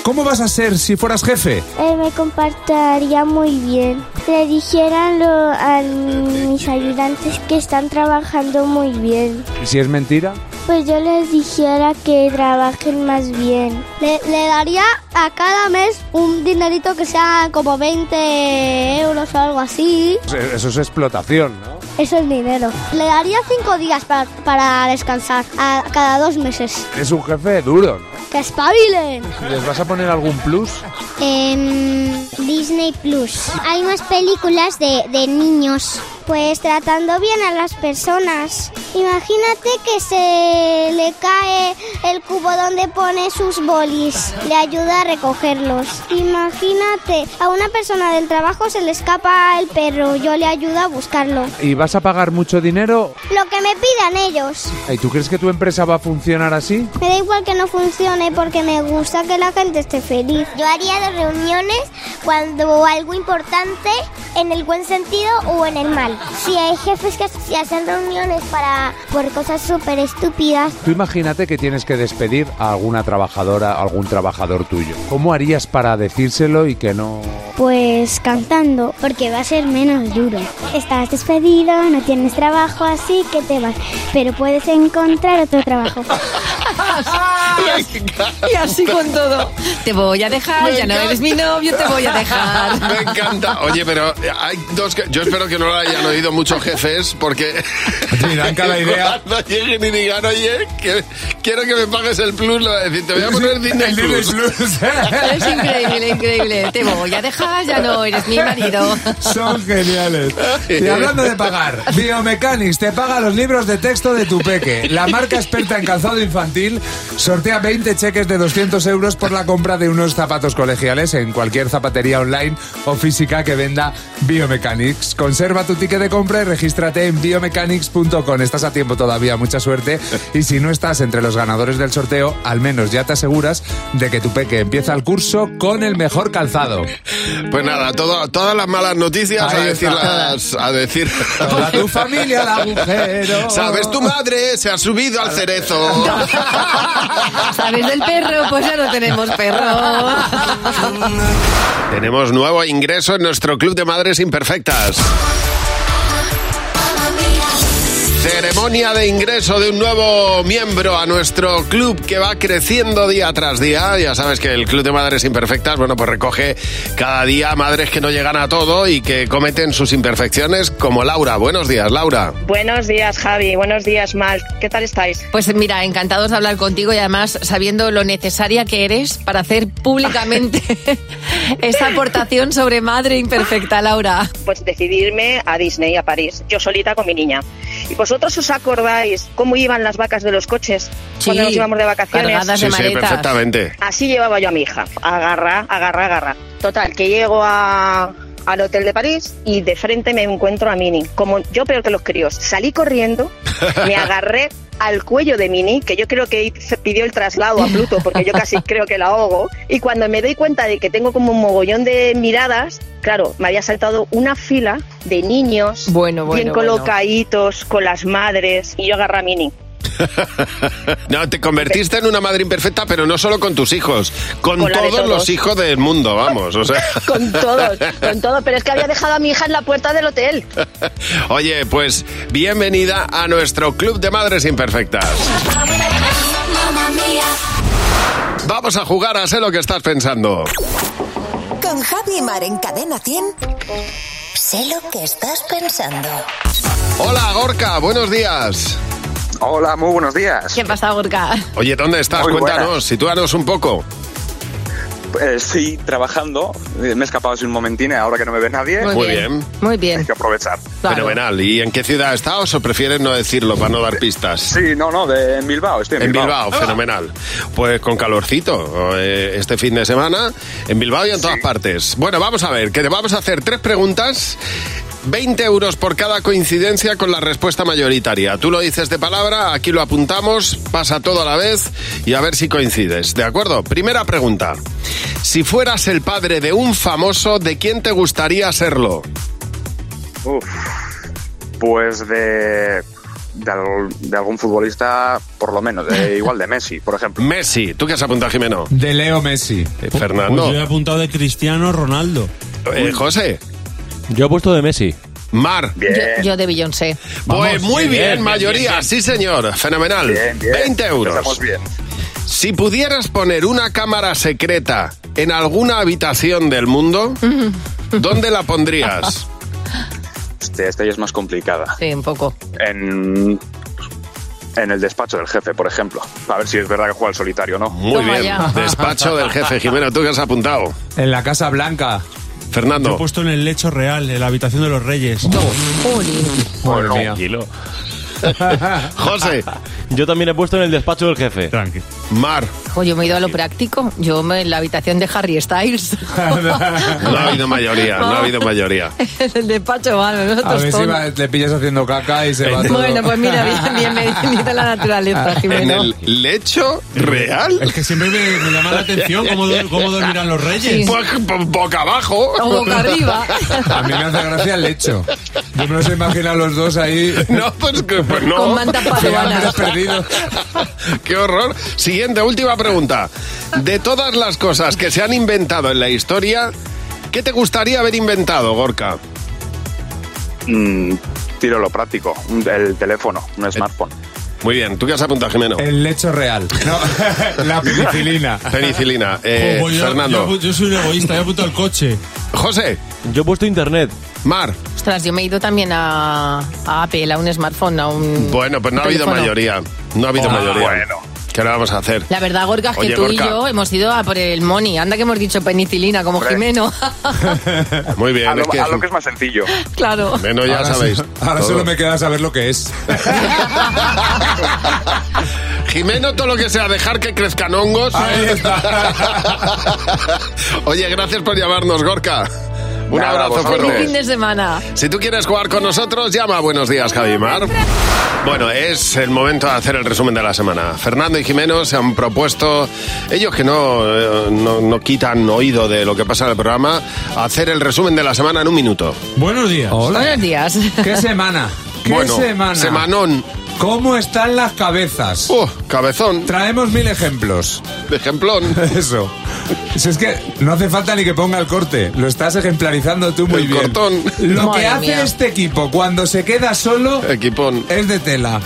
S22: ¿cómo vas a ser si fueras jefe?
S25: Eh, me comportaría muy bien. Le dijeran lo, a mis ayudantes que están trabajando muy bien.
S22: Si es mentira.
S25: Pues yo les dijera que trabajen más bien. Le, le daría a cada mes un dinerito que sea como 20 euros o algo así.
S22: pues e, Eso es explotación, ¿no?
S25: Eso es dinero. Le daría cinco días pa- para descansar a cada dos meses.
S22: Es un jefe duro.
S25: ¡Que espabilen!
S22: ¿Les vas a poner algún plus?
S25: Disney Plus. Hay más películas de, de niños. Pues tratando bien a las personas. Imagínate que se le cae el cubo donde pone sus bolis. Le ayuda a recogerlos. Imagínate, a una persona del trabajo se le escapa el perro. Yo le ayudo a buscarlo.
S22: ¿Y vas a pagar mucho dinero?
S25: Lo que me pidan ellos.
S22: ¿Y tú crees que tu empresa va a funcionar así?
S25: Me da igual que no funcione porque me gusta que la gente esté feliz. Yo haría de reuniones cuando algo importante en el buen sentido o en el mal. Si hay jefes que se hacen reuniones para por cosas súper estúpidas,
S22: Tú imagínate que tienes que despedir a alguna trabajadora, a algún trabajador tuyo. ¿Cómo harías para decírselo y que no...
S25: pues cantando, porque va a ser menos duro. Estás despedido, no tienes trabajo, así que te vas, pero puedes encontrar otro trabajo.
S4: Y así con todo. Te voy a dejar,
S25: Me
S4: ya no
S25: encanta.
S4: eres mi novio, te voy a dejar.
S3: Me encanta. Oye, pero hay dos... que- Yo espero que no lo hayan oído muchos jefes porque...
S22: Dirán cada idea.
S3: Cuando lleguen y digan, oye, que, Quiero que me pagues el plus, le va a decir. Te voy a poner Disney
S22: El Disney
S3: Plus.
S22: Plus.
S4: Es increíble, increíble. Te voy a dejar, Ah, ya no eres mi marido.
S22: Son geniales. Y hablando de pagar, Biomechanics te paga los libros de texto de tu peque. La marca experta en calzado infantil sortea 20 cheques de 200 euros por la compra de unos zapatos colegiales en cualquier zapatería online o física que venda Biomechanics. Conserva tu ticket de compra y regístrate en biomechanics.com. Estás a tiempo todavía, mucha suerte. Y si no estás entre los ganadores del sorteo, al menos ya te aseguras de que tu peque empieza el curso con el mejor calzado.
S3: Pues nada, todo- todas las malas noticias a
S22: Ahí está.
S3: decirlas. A decir.
S22: Toda tu familia oh. al agujero.
S3: ¿Sabes? Tu madre se ha subido al cerezo.
S4: ¿Sabes del perro? Pues ya no tenemos perro.
S3: Tenemos nuevo ingreso en nuestro club de madres imperfectas. Ceremonia de ingreso de un nuevo miembro a nuestro club que va creciendo día tras día. Ya sabes que el Club de Madres Imperfectas, bueno, pues recoge cada día madres que no llegan a todo y que cometen sus imperfecciones, como Laura. Buenos días, Laura.
S1: Buenos días, Javi. Buenos días, Mal. ¿Qué tal estáis?
S4: Pues mira, encantados de hablar contigo y además sabiendo lo necesaria que eres para hacer públicamente esta aportación sobre madre imperfecta, Laura.
S1: Pues decidirme a Disney, a París, yo solita con mi niña. ¿Y vosotros os acordáis cómo iban las vacas de los coches cuando nos íbamos de vacaciones?
S3: sí, sí, perfectamente.
S1: Así llevaba yo a mi hija. Agarra, agarra, agarra. Total, que llego a- al hotel de París y de frente me encuentro a Mini. Como yo peor que los críos. Salí corriendo, me agarré al cuello de Mini, que yo creo que se pidió el traslado a Pluto, porque yo casi creo que la ahogo. Y cuando me doy cuenta de que tengo como un mogollón de miradas, claro, me había saltado una fila de niños
S4: bueno,
S1: bien
S4: bueno.
S1: colocaditos con las madres y yo agarré a Mini.
S3: No, te convertiste en una madre imperfecta, pero no solo con tus hijos, con,
S1: Con la de
S3: todos, los
S1: todos.
S3: hijos del mundo, vamos. O sea.
S1: Con todos, con todos, pero es que había dejado a mi hija en la puerta del hotel.
S3: Oye, pues bienvenida a nuestro Club de Madres Imperfectas. Vamos a jugar a sé lo que estás pensando.
S5: Con Javi y Mar en Cadena 100. Sé lo que estás pensando.
S3: Hola, Gorka, buenos días.
S10: Hola, muy buenos días.
S4: ¿Qué pasa, Gorka?
S3: Oye, ¿dónde estás?
S10: Muy
S3: Cuéntanos,
S10: buenas.
S3: sitúanos un poco.
S10: Eh, Estoy trabajando, eh, me he escapado hace un momentín, ahora que no me ve nadie.
S4: Muy Muy bien. bien. Muy bien.
S10: Hay que aprovechar.
S3: Fenomenal. ¿Y en qué ciudad estás o prefieres no decirlo para no dar pistas?
S10: Sí, no, no, de, en Bilbao, estoy en,
S3: En Bilbao, fenomenal. Pues con calorcito eh, este fin de semana, en Bilbao y en todas partes. Bueno, vamos a ver, que te vamos a hacer tres preguntas, 20 euros por cada coincidencia con la respuesta mayoritaria. Tú lo dices de palabra, aquí lo apuntamos, pasa todo a la vez y a ver si coincides. ¿De acuerdo? Primera pregunta. Si fueras el padre de un famoso, ¿de quién te gustaría serlo?
S10: Uf, pues de, de, al- de algún futbolista, por lo menos, de- igual de Messi, por ejemplo.
S3: Messi, ¿tú qué has apuntado, Jimeno?
S22: De Leo Messi.
S3: Fernando.
S11: Pues yo he apuntado de Cristiano Ronaldo.
S3: Eh, José.
S11: Yo he puesto de Messi.
S3: Mar.
S4: Yo, yo de Beyoncé.
S3: pues muy bien, mayoría, sí señor, fenomenal. 20 euros.
S10: Estamos bien.
S3: Si pudieras poner una cámara secreta en alguna habitación del mundo, ¿dónde la pondrías?
S10: Este, esta ya es más complicada.
S4: Sí, un poco.
S10: En, en el despacho del jefe, por ejemplo. A ver si es verdad que juega el solitario o no.
S3: Muy bien, despacho del jefe Jimeno, tú que has apuntado.
S22: En la Casa Blanca.
S3: Fernando.
S11: Yo he puesto en el lecho real, en la habitación de los reyes.
S3: Madre mía. José.
S11: Yo también he puesto en el despacho del jefe. Tranqui.
S3: Mar.
S4: Jo, yo me he ido a lo práctico. Yo me, en la habitación de Harry Styles.
S3: No ha habido mayoría, no ha habido mayoría.
S4: en el despacho, vale, no
S22: A ver si
S4: tostón.
S22: va- le pillas haciendo caca y se va todo.
S4: Bueno, pues mira, bien, bienvenida a la naturaleza,
S3: ¿En
S4: Jimeno.
S3: el lecho real?
S11: Es que siempre me, me llama la atención cómo, do- cómo dormirán los reyes.
S3: Pues, po- boca abajo.
S11: O boca arriba.
S22: A mí me hace gracia el lecho. Yo me los imagino a los dos ahí.
S3: No, pues, que- pues no.
S22: Con manta paduana.
S3: Finalmente perdido. Qué horror. Siguiente, última pregunta. De todas las cosas que se han inventado en la historia, ¿qué te gustaría haber inventado, Gorka?
S10: Mm, tiro lo práctico, un- el teléfono, un smartphone.
S3: Eh, Muy bien, ¿tú qué has apuntado, Jimeno?
S22: El lecho real. No, la penicilina.
S3: Penicilina. Eh,
S11: Oh, voy, yo-
S3: Fernando.
S11: Yo, yo soy un egoísta, yo he apuntado el coche.
S3: José.
S11: Yo he puesto internet.
S3: Mar.
S4: Ostras, yo me he ido también a, a Apple, a un smartphone, a un...
S3: Bueno, pues no ha habido
S4: teléfono.
S3: mayoría. No ha habido
S10: Ah,
S3: mayoría.
S10: bueno.
S3: ¿Qué le vamos a hacer?
S4: La verdad, Gorka, es que
S3: Oye,
S4: tú
S3: Gorka.
S4: y yo hemos ido a por el money. Anda que hemos dicho penicilina, como
S3: Hombre.
S4: Jimeno.
S3: Muy bien,
S10: Haz lo,
S3: es que
S10: haz lo que es más sencillo.
S4: claro.
S3: Bueno, ya
S22: Ahora
S3: sabéis.
S22: so- ahora
S3: todo.
S22: solo me queda saber lo que es.
S3: Jimeno, todo lo que sea, dejar que crezcan hongos. Oye, gracias por llamarnos, Gorka. Un
S4: Nada,
S3: abrazo
S4: vosotros. Feliz fin
S3: fuerte.
S4: de semana.
S3: Si tú quieres jugar con nosotros, llama. Buenos días, Javimar. Bueno, es el momento de hacer el resumen de la semana. Fernando y Jimeno se han propuesto, ellos que no, eh, no, no quitan oído de lo que pasa en el programa, hacer el resumen de la semana en un minuto.
S22: Buenos días. Hola.
S4: Buenos días.
S22: ¿Qué semana? ¿Qué
S3: Bueno,
S22: semana?
S3: semanón.
S22: ¿Cómo están las cabezas?
S3: Uh, cabezón.
S22: Traemos mil ejemplos.
S3: Ejemplón.
S22: Eso. Si es que no hace falta ni que ponga el corte. Lo estás ejemplarizando tú muy
S3: El
S22: bien.
S3: cortón.
S22: Lo
S3: Madre
S22: que hace
S3: mía.
S22: este equipo cuando se queda solo es de tela.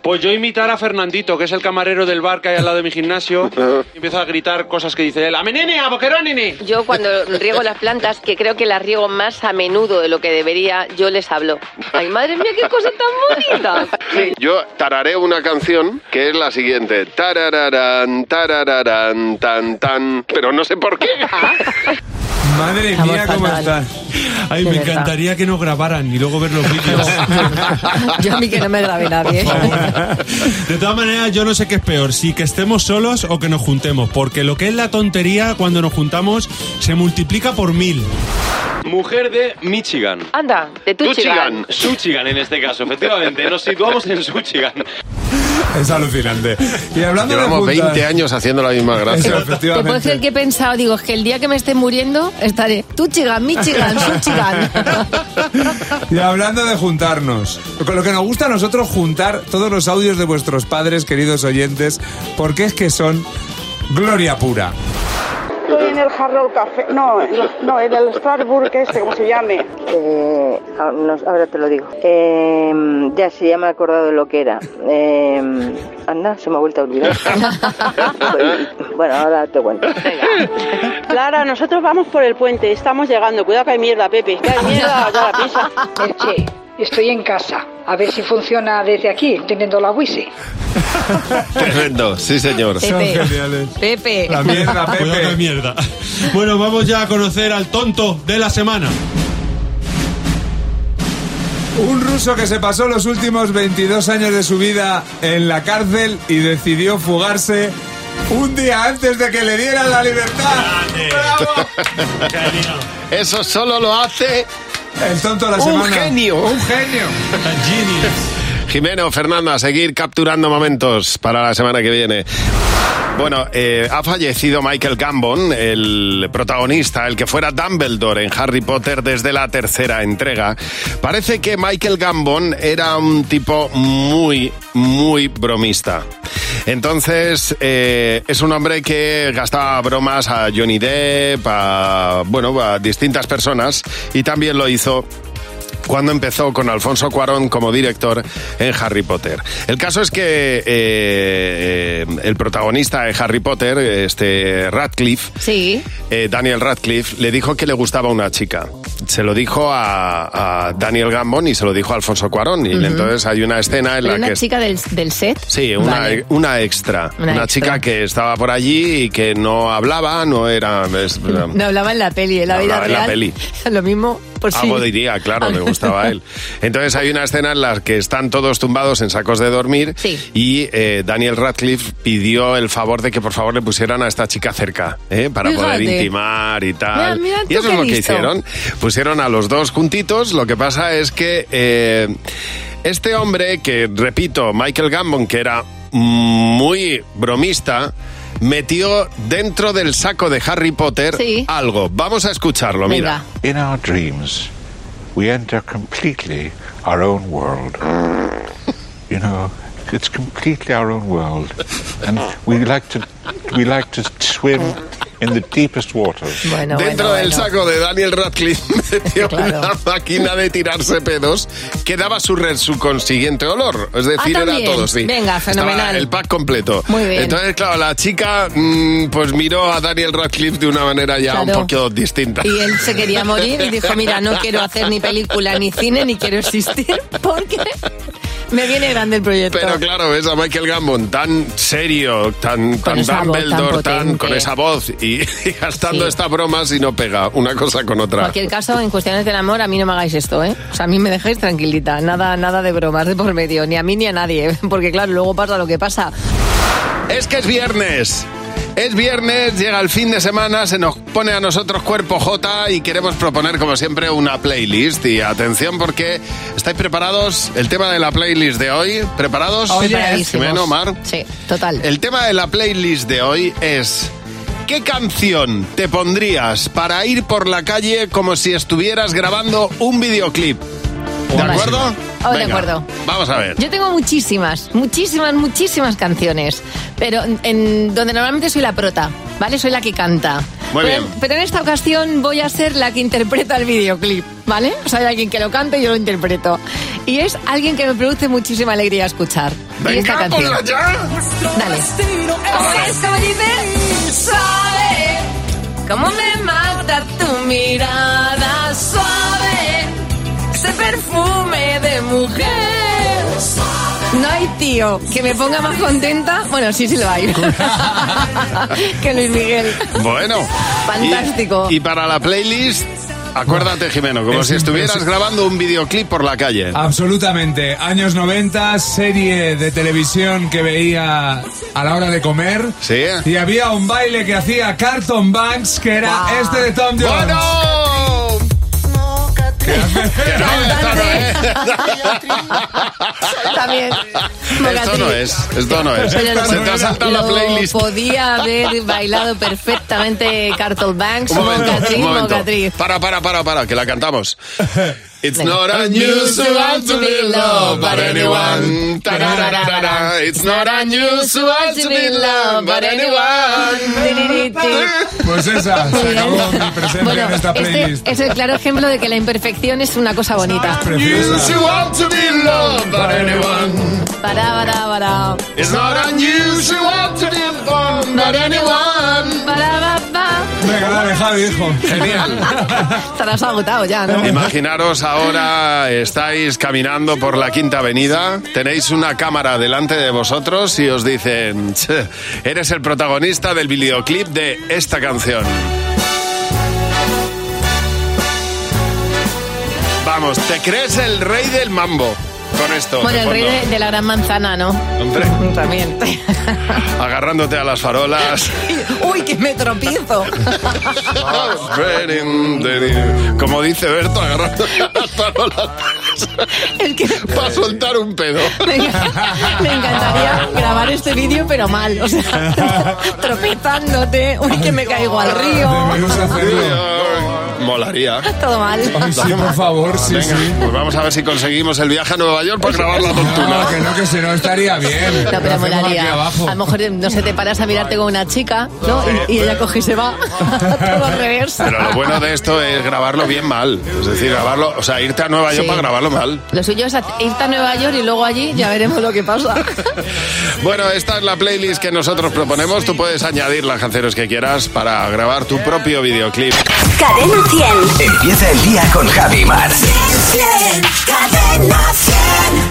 S12: Pues yo imitar a Fernandito, que es el camarero del bar que hay al lado de mi gimnasio, y empiezo a gritar cosas que dice él. ¡Amenene, a boquerónene!
S13: Yo cuando riego las plantas, que creo que las riego más a menudo de lo que debería, yo les hablo. ¡Ay, madre mía, qué cosa tan bonita!
S3: Yo tarareo una canción que es la siguiente. Tarararán, tarararán, tan, tan. Pero no sé por qué.
S22: Madre
S3: Estamos
S22: mía, cómo
S3: fatal.
S22: están.
S11: Ay,
S22: De
S11: me
S22: verdad.
S11: encantaría que no grabaran y luego ver los vídeos.
S4: Yo a mí que no me grabe nadie.
S11: De todas maneras, yo no sé qué es peor, si que estemos solos o que nos juntemos, porque lo que es la tontería cuando nos juntamos se multiplica por mil.
S12: Mujer de Michigan.
S13: Anda, de tu
S12: Tuchigan. Suchigan en este caso, efectivamente. Nos situamos en Suchigan.
S22: Es alucinante. Y hablando
S3: Llevamos
S22: de juntas,
S3: 20 años haciendo la misma gracia.
S22: Eso,
S4: Te puedo decir que he pensado, digo, es que el día que me esté muriendo estaré tú chigan, mi chigan, su chigan.
S22: Y hablando de juntarnos, con lo que nos gusta a nosotros juntar todos los audios de vuestros padres, queridos oyentes, porque es que son gloria pura.
S14: Estoy en el Harrow Café, no, en- no, en el Starburg este, como se llame.
S7: Eh, ah, no, ahora te lo digo. Eh, ya, sí, ya me he acordado de lo que era. Eh, anda, se me ha vuelto a olvidar. bueno, ahora te cuento.
S14: Clara, nosotros vamos por el puente, estamos llegando, cuidado que hay mierda, Pepe, que hay mierda, ya la pisa.
S15: Merche, Eh, estoy en casa. A ver si funciona desde aquí, teniendo la wifi.
S3: Tremendo, sí señor.
S11: Son Pepe. geniales.
S4: Pepe.
S11: Cuidado que hay mierda. Bueno, vamos ya a conocer al tonto de la semana.
S22: Un ruso que se pasó los últimos 22 años de su vida en la cárcel y decidió fugarse un día antes de que
S3: Eh.
S22: le dieran la libertad. ¡Bravo!
S3: Eso solo lo hace
S22: el tonto de la
S3: un
S22: semana.
S3: genio.
S22: Un genio.
S3: Jimeno, Fernando, a seguir capturando momentos para la semana que viene. Bueno, eh, ha fallecido Michael Gambon, el protagonista, el que fuera Dumbledore en Harry Potter desde la tercera entrega. Parece que Michael Gambon era un tipo muy, muy bromista. Entonces, eh, es un hombre que gastaba bromas a Johnny Depp, a, bueno, a distintas personas, y también lo hizo cuando empezó con Alfonso Cuarón como director en Harry Potter. El caso es que eh, eh, el protagonista de Harry Potter, este Radcliffe,
S4: Sí.
S3: eh, Daniel Radcliffe, le dijo que le gustaba una chica. Se lo dijo a, a Daniel Gambon y se lo dijo a Alfonso Cuarón. Y
S4: Ujú.
S3: entonces hay una escena en
S4: Pero
S3: la
S4: una
S3: que...
S4: chica del, del set.
S3: Sí, una,
S4: Vale.
S3: una extra. Una,
S4: Una
S3: chica
S4: extra.
S3: que estaba por allí y que no hablaba, no era... es-
S4: No hablaba en la peli, en la
S3: No
S4: vida
S3: hablaba en
S4: real.
S3: la peli.
S4: Lo mismo
S26: Pues
S4: por si.
S3: Algo diría, claro, le gustaba a él. Entonces hay una escena en la que están todos tumbados en sacos de dormir y eh, Daniel Radcliffe pidió el favor de que por favor le pusieran a esta chica cerca ¿eh? para poder
S26: Fíjate.
S3: intimar y tal.
S26: Mira, mira
S3: y
S26: tú qué
S3: eso es lo que
S26: listo.
S3: hicieron. Pusieron a los dos juntitos. Lo que pasa es que eh, este hombre, que repito, Michael Gambon, que era muy bromista, metió dentro del saco de Harry Potter
S27: Sí.
S3: algo. Vamos a escucharlo, mira.
S27: In our dreams, we enter completely our own world. You know, it's completely our own world, and we like to we like to swim in the deepest waters.
S3: Dentro del saco de Daniel Radcliffe metió una máquina de tirarse pedos que daba su, re- su consiguiente olor. Es decir,
S4: Ah,
S3: era
S4: también.
S3: todo, sí.
S4: Venga,
S3: Estaba
S4: fenomenal.
S3: el pack completo.
S4: Muy bien.
S3: Entonces, claro, la chica mm, pues miró a Daniel Radcliffe de una manera ya un
S4: Claro.
S3: poquito distinta.
S4: Y él se quería morir y dijo, mira, no quiero hacer ni película ni cine, ni quiero existir, porque Me viene grande el proyecto.
S3: Pero claro, ves a Michael Gambon tan serio, tan, tan
S4: esa voz tan
S3: Dumbledore, tan,
S4: potente.
S3: con esa voz y, y gastando
S4: Sí.
S3: estas bromas y no pega una cosa con
S4: En
S3: otra.
S4: cualquier caso, en cuestiones del amor, a mí no me hagáis esto, ¿eh? O sea, a mí me dejáis tranquilita, nada, nada de bromas de por medio, ni a mí ni a nadie, porque claro, luego pasa lo que pasa.
S3: Es que es viernes. Es viernes, llega el fin de semana, se nos pone a nosotros cuerpo J y queremos proponer como siempre una playlist. Y atención porque estáis preparados, el tema de la playlist de hoy, ¿preparados?
S4: Preparadísimos.
S3: Jimeno, Mar.
S4: Sí, total.
S3: El tema de la playlist de hoy es ¿qué canción te pondrías para ir por la calle como si estuvieras grabando un videoclip? ¿De
S4: Vale.
S3: acuerdo?
S4: Oh, de
S3: Venga,
S4: acuerdo.
S3: Vamos a ver.
S4: Yo tengo muchísimas, muchísimas, muchísimas canciones, pero en- en donde normalmente soy la prota, ¿vale? Soy la que canta.
S3: Muy
S4: pero,
S3: bien.
S4: pero en esta ocasión voy a ser la que interpreta el videoclip, ¿vale? O sea, hay alguien que lo cante y yo lo interpreto. Y es alguien que me produce muchísima alegría escuchar. y esta
S2: Venga,
S4: canción.
S2: ponla ya.
S4: Dale. ¿Cómo es? ¿Cómo dice? Suave. ¿Cómo me mata tu mirada suave? Ese perfume de mujer. No hay tío que me ponga más contenta. Bueno, sí, sí lo hay. que Luis Miguel.
S3: Bueno.
S4: Fantástico.
S3: Y, y para la playlist, acuérdate, Jimeno, como
S22: Es Ah,
S3: si estuvieras
S22: impresionante.
S3: grabando un videoclip por la calle.
S22: Absolutamente. Años 90, serie de televisión que veía a la hora de comer.
S3: Sí.
S22: Y había un baile que hacía Carton Banks, que era este de Tom Jones.
S2: Bueno.
S3: ¿eh?
S4: También.
S3: Esto no es, esto no es.
S4: Pero
S3: Se te ha saltado la
S4: lo
S3: playlist.
S4: Podía haber bailado perfectamente Cartel Banks,
S3: Un momento,
S4: Mocatriz,
S3: un momento.
S4: Mocatriz.
S3: Para, para, para, para, que la cantamos. It's
S4: Venga.
S3: not unusual to be loved by anyone. Tarararara. It's not unusual to be loved by anyone.
S22: Pues esa, se acabó mi presencia en esta playlist.
S4: Este es el claro ejemplo de que la imperfección es una cosa bonita.
S2: Unusual to be loved by anyone.
S4: Para, para, para.
S2: It's not unusual to be loved by anyone.
S4: Para, para, para.
S22: Venga, dale, Javi, hijo.
S4: Te la has agotado ya, ¿no?
S3: Imaginaros ahora estáis caminando por la Quinta Avenida, tenéis una cámara delante de vosotros y os dicen, "Che, eres el protagonista del videoclip de esta canción. Vamos, te crees el rey del mambo con esto.
S4: Bueno,
S3: de
S4: el rey
S3: fondo.
S4: de, de la gran manzana, ¿no?
S3: Hombre,
S4: También.
S3: agarrándote a las farolas.
S4: Uy, que me tropiezo.
S3: Como dice Berto, agarrándote a las farolas para soltar un pedo.
S4: Me, enca- me encantaría grabar este vídeo, pero mal. O sea, tropezándote. Uy, que me caigo al río.
S3: Molaría.
S4: Todo mal.
S22: favor, sí,
S3: Venga, Pues vamos a ver si conseguimos el viaje a Nueva York para grabar la tontuna.
S22: No, que no, que si no estaría bien.
S4: No,
S22: Lo
S4: pero
S22: hacemos aquí
S4: molaría. A
S22: abajo.
S4: lo mejor, no sé, te paras a mirarte con una chica, ¿no? Y, y ella coge y se va. Todo al revés.
S3: Pero lo bueno de esto es grabarlo bien mal. Es decir, grabarlo, o sea, irte a Nueva York
S4: Sí.
S3: para grabarlo mal.
S4: Lo suyo es irte a Nueva York y luego allí ya veremos lo que pasa.
S3: Bueno, esta es la playlist que nosotros proponemos. Tú puedes añadir las canciones que quieras para grabar tu propio videoclip.
S5: Cadena 100.
S24: Empieza el día con Javi Mar.
S5: Cadena 100.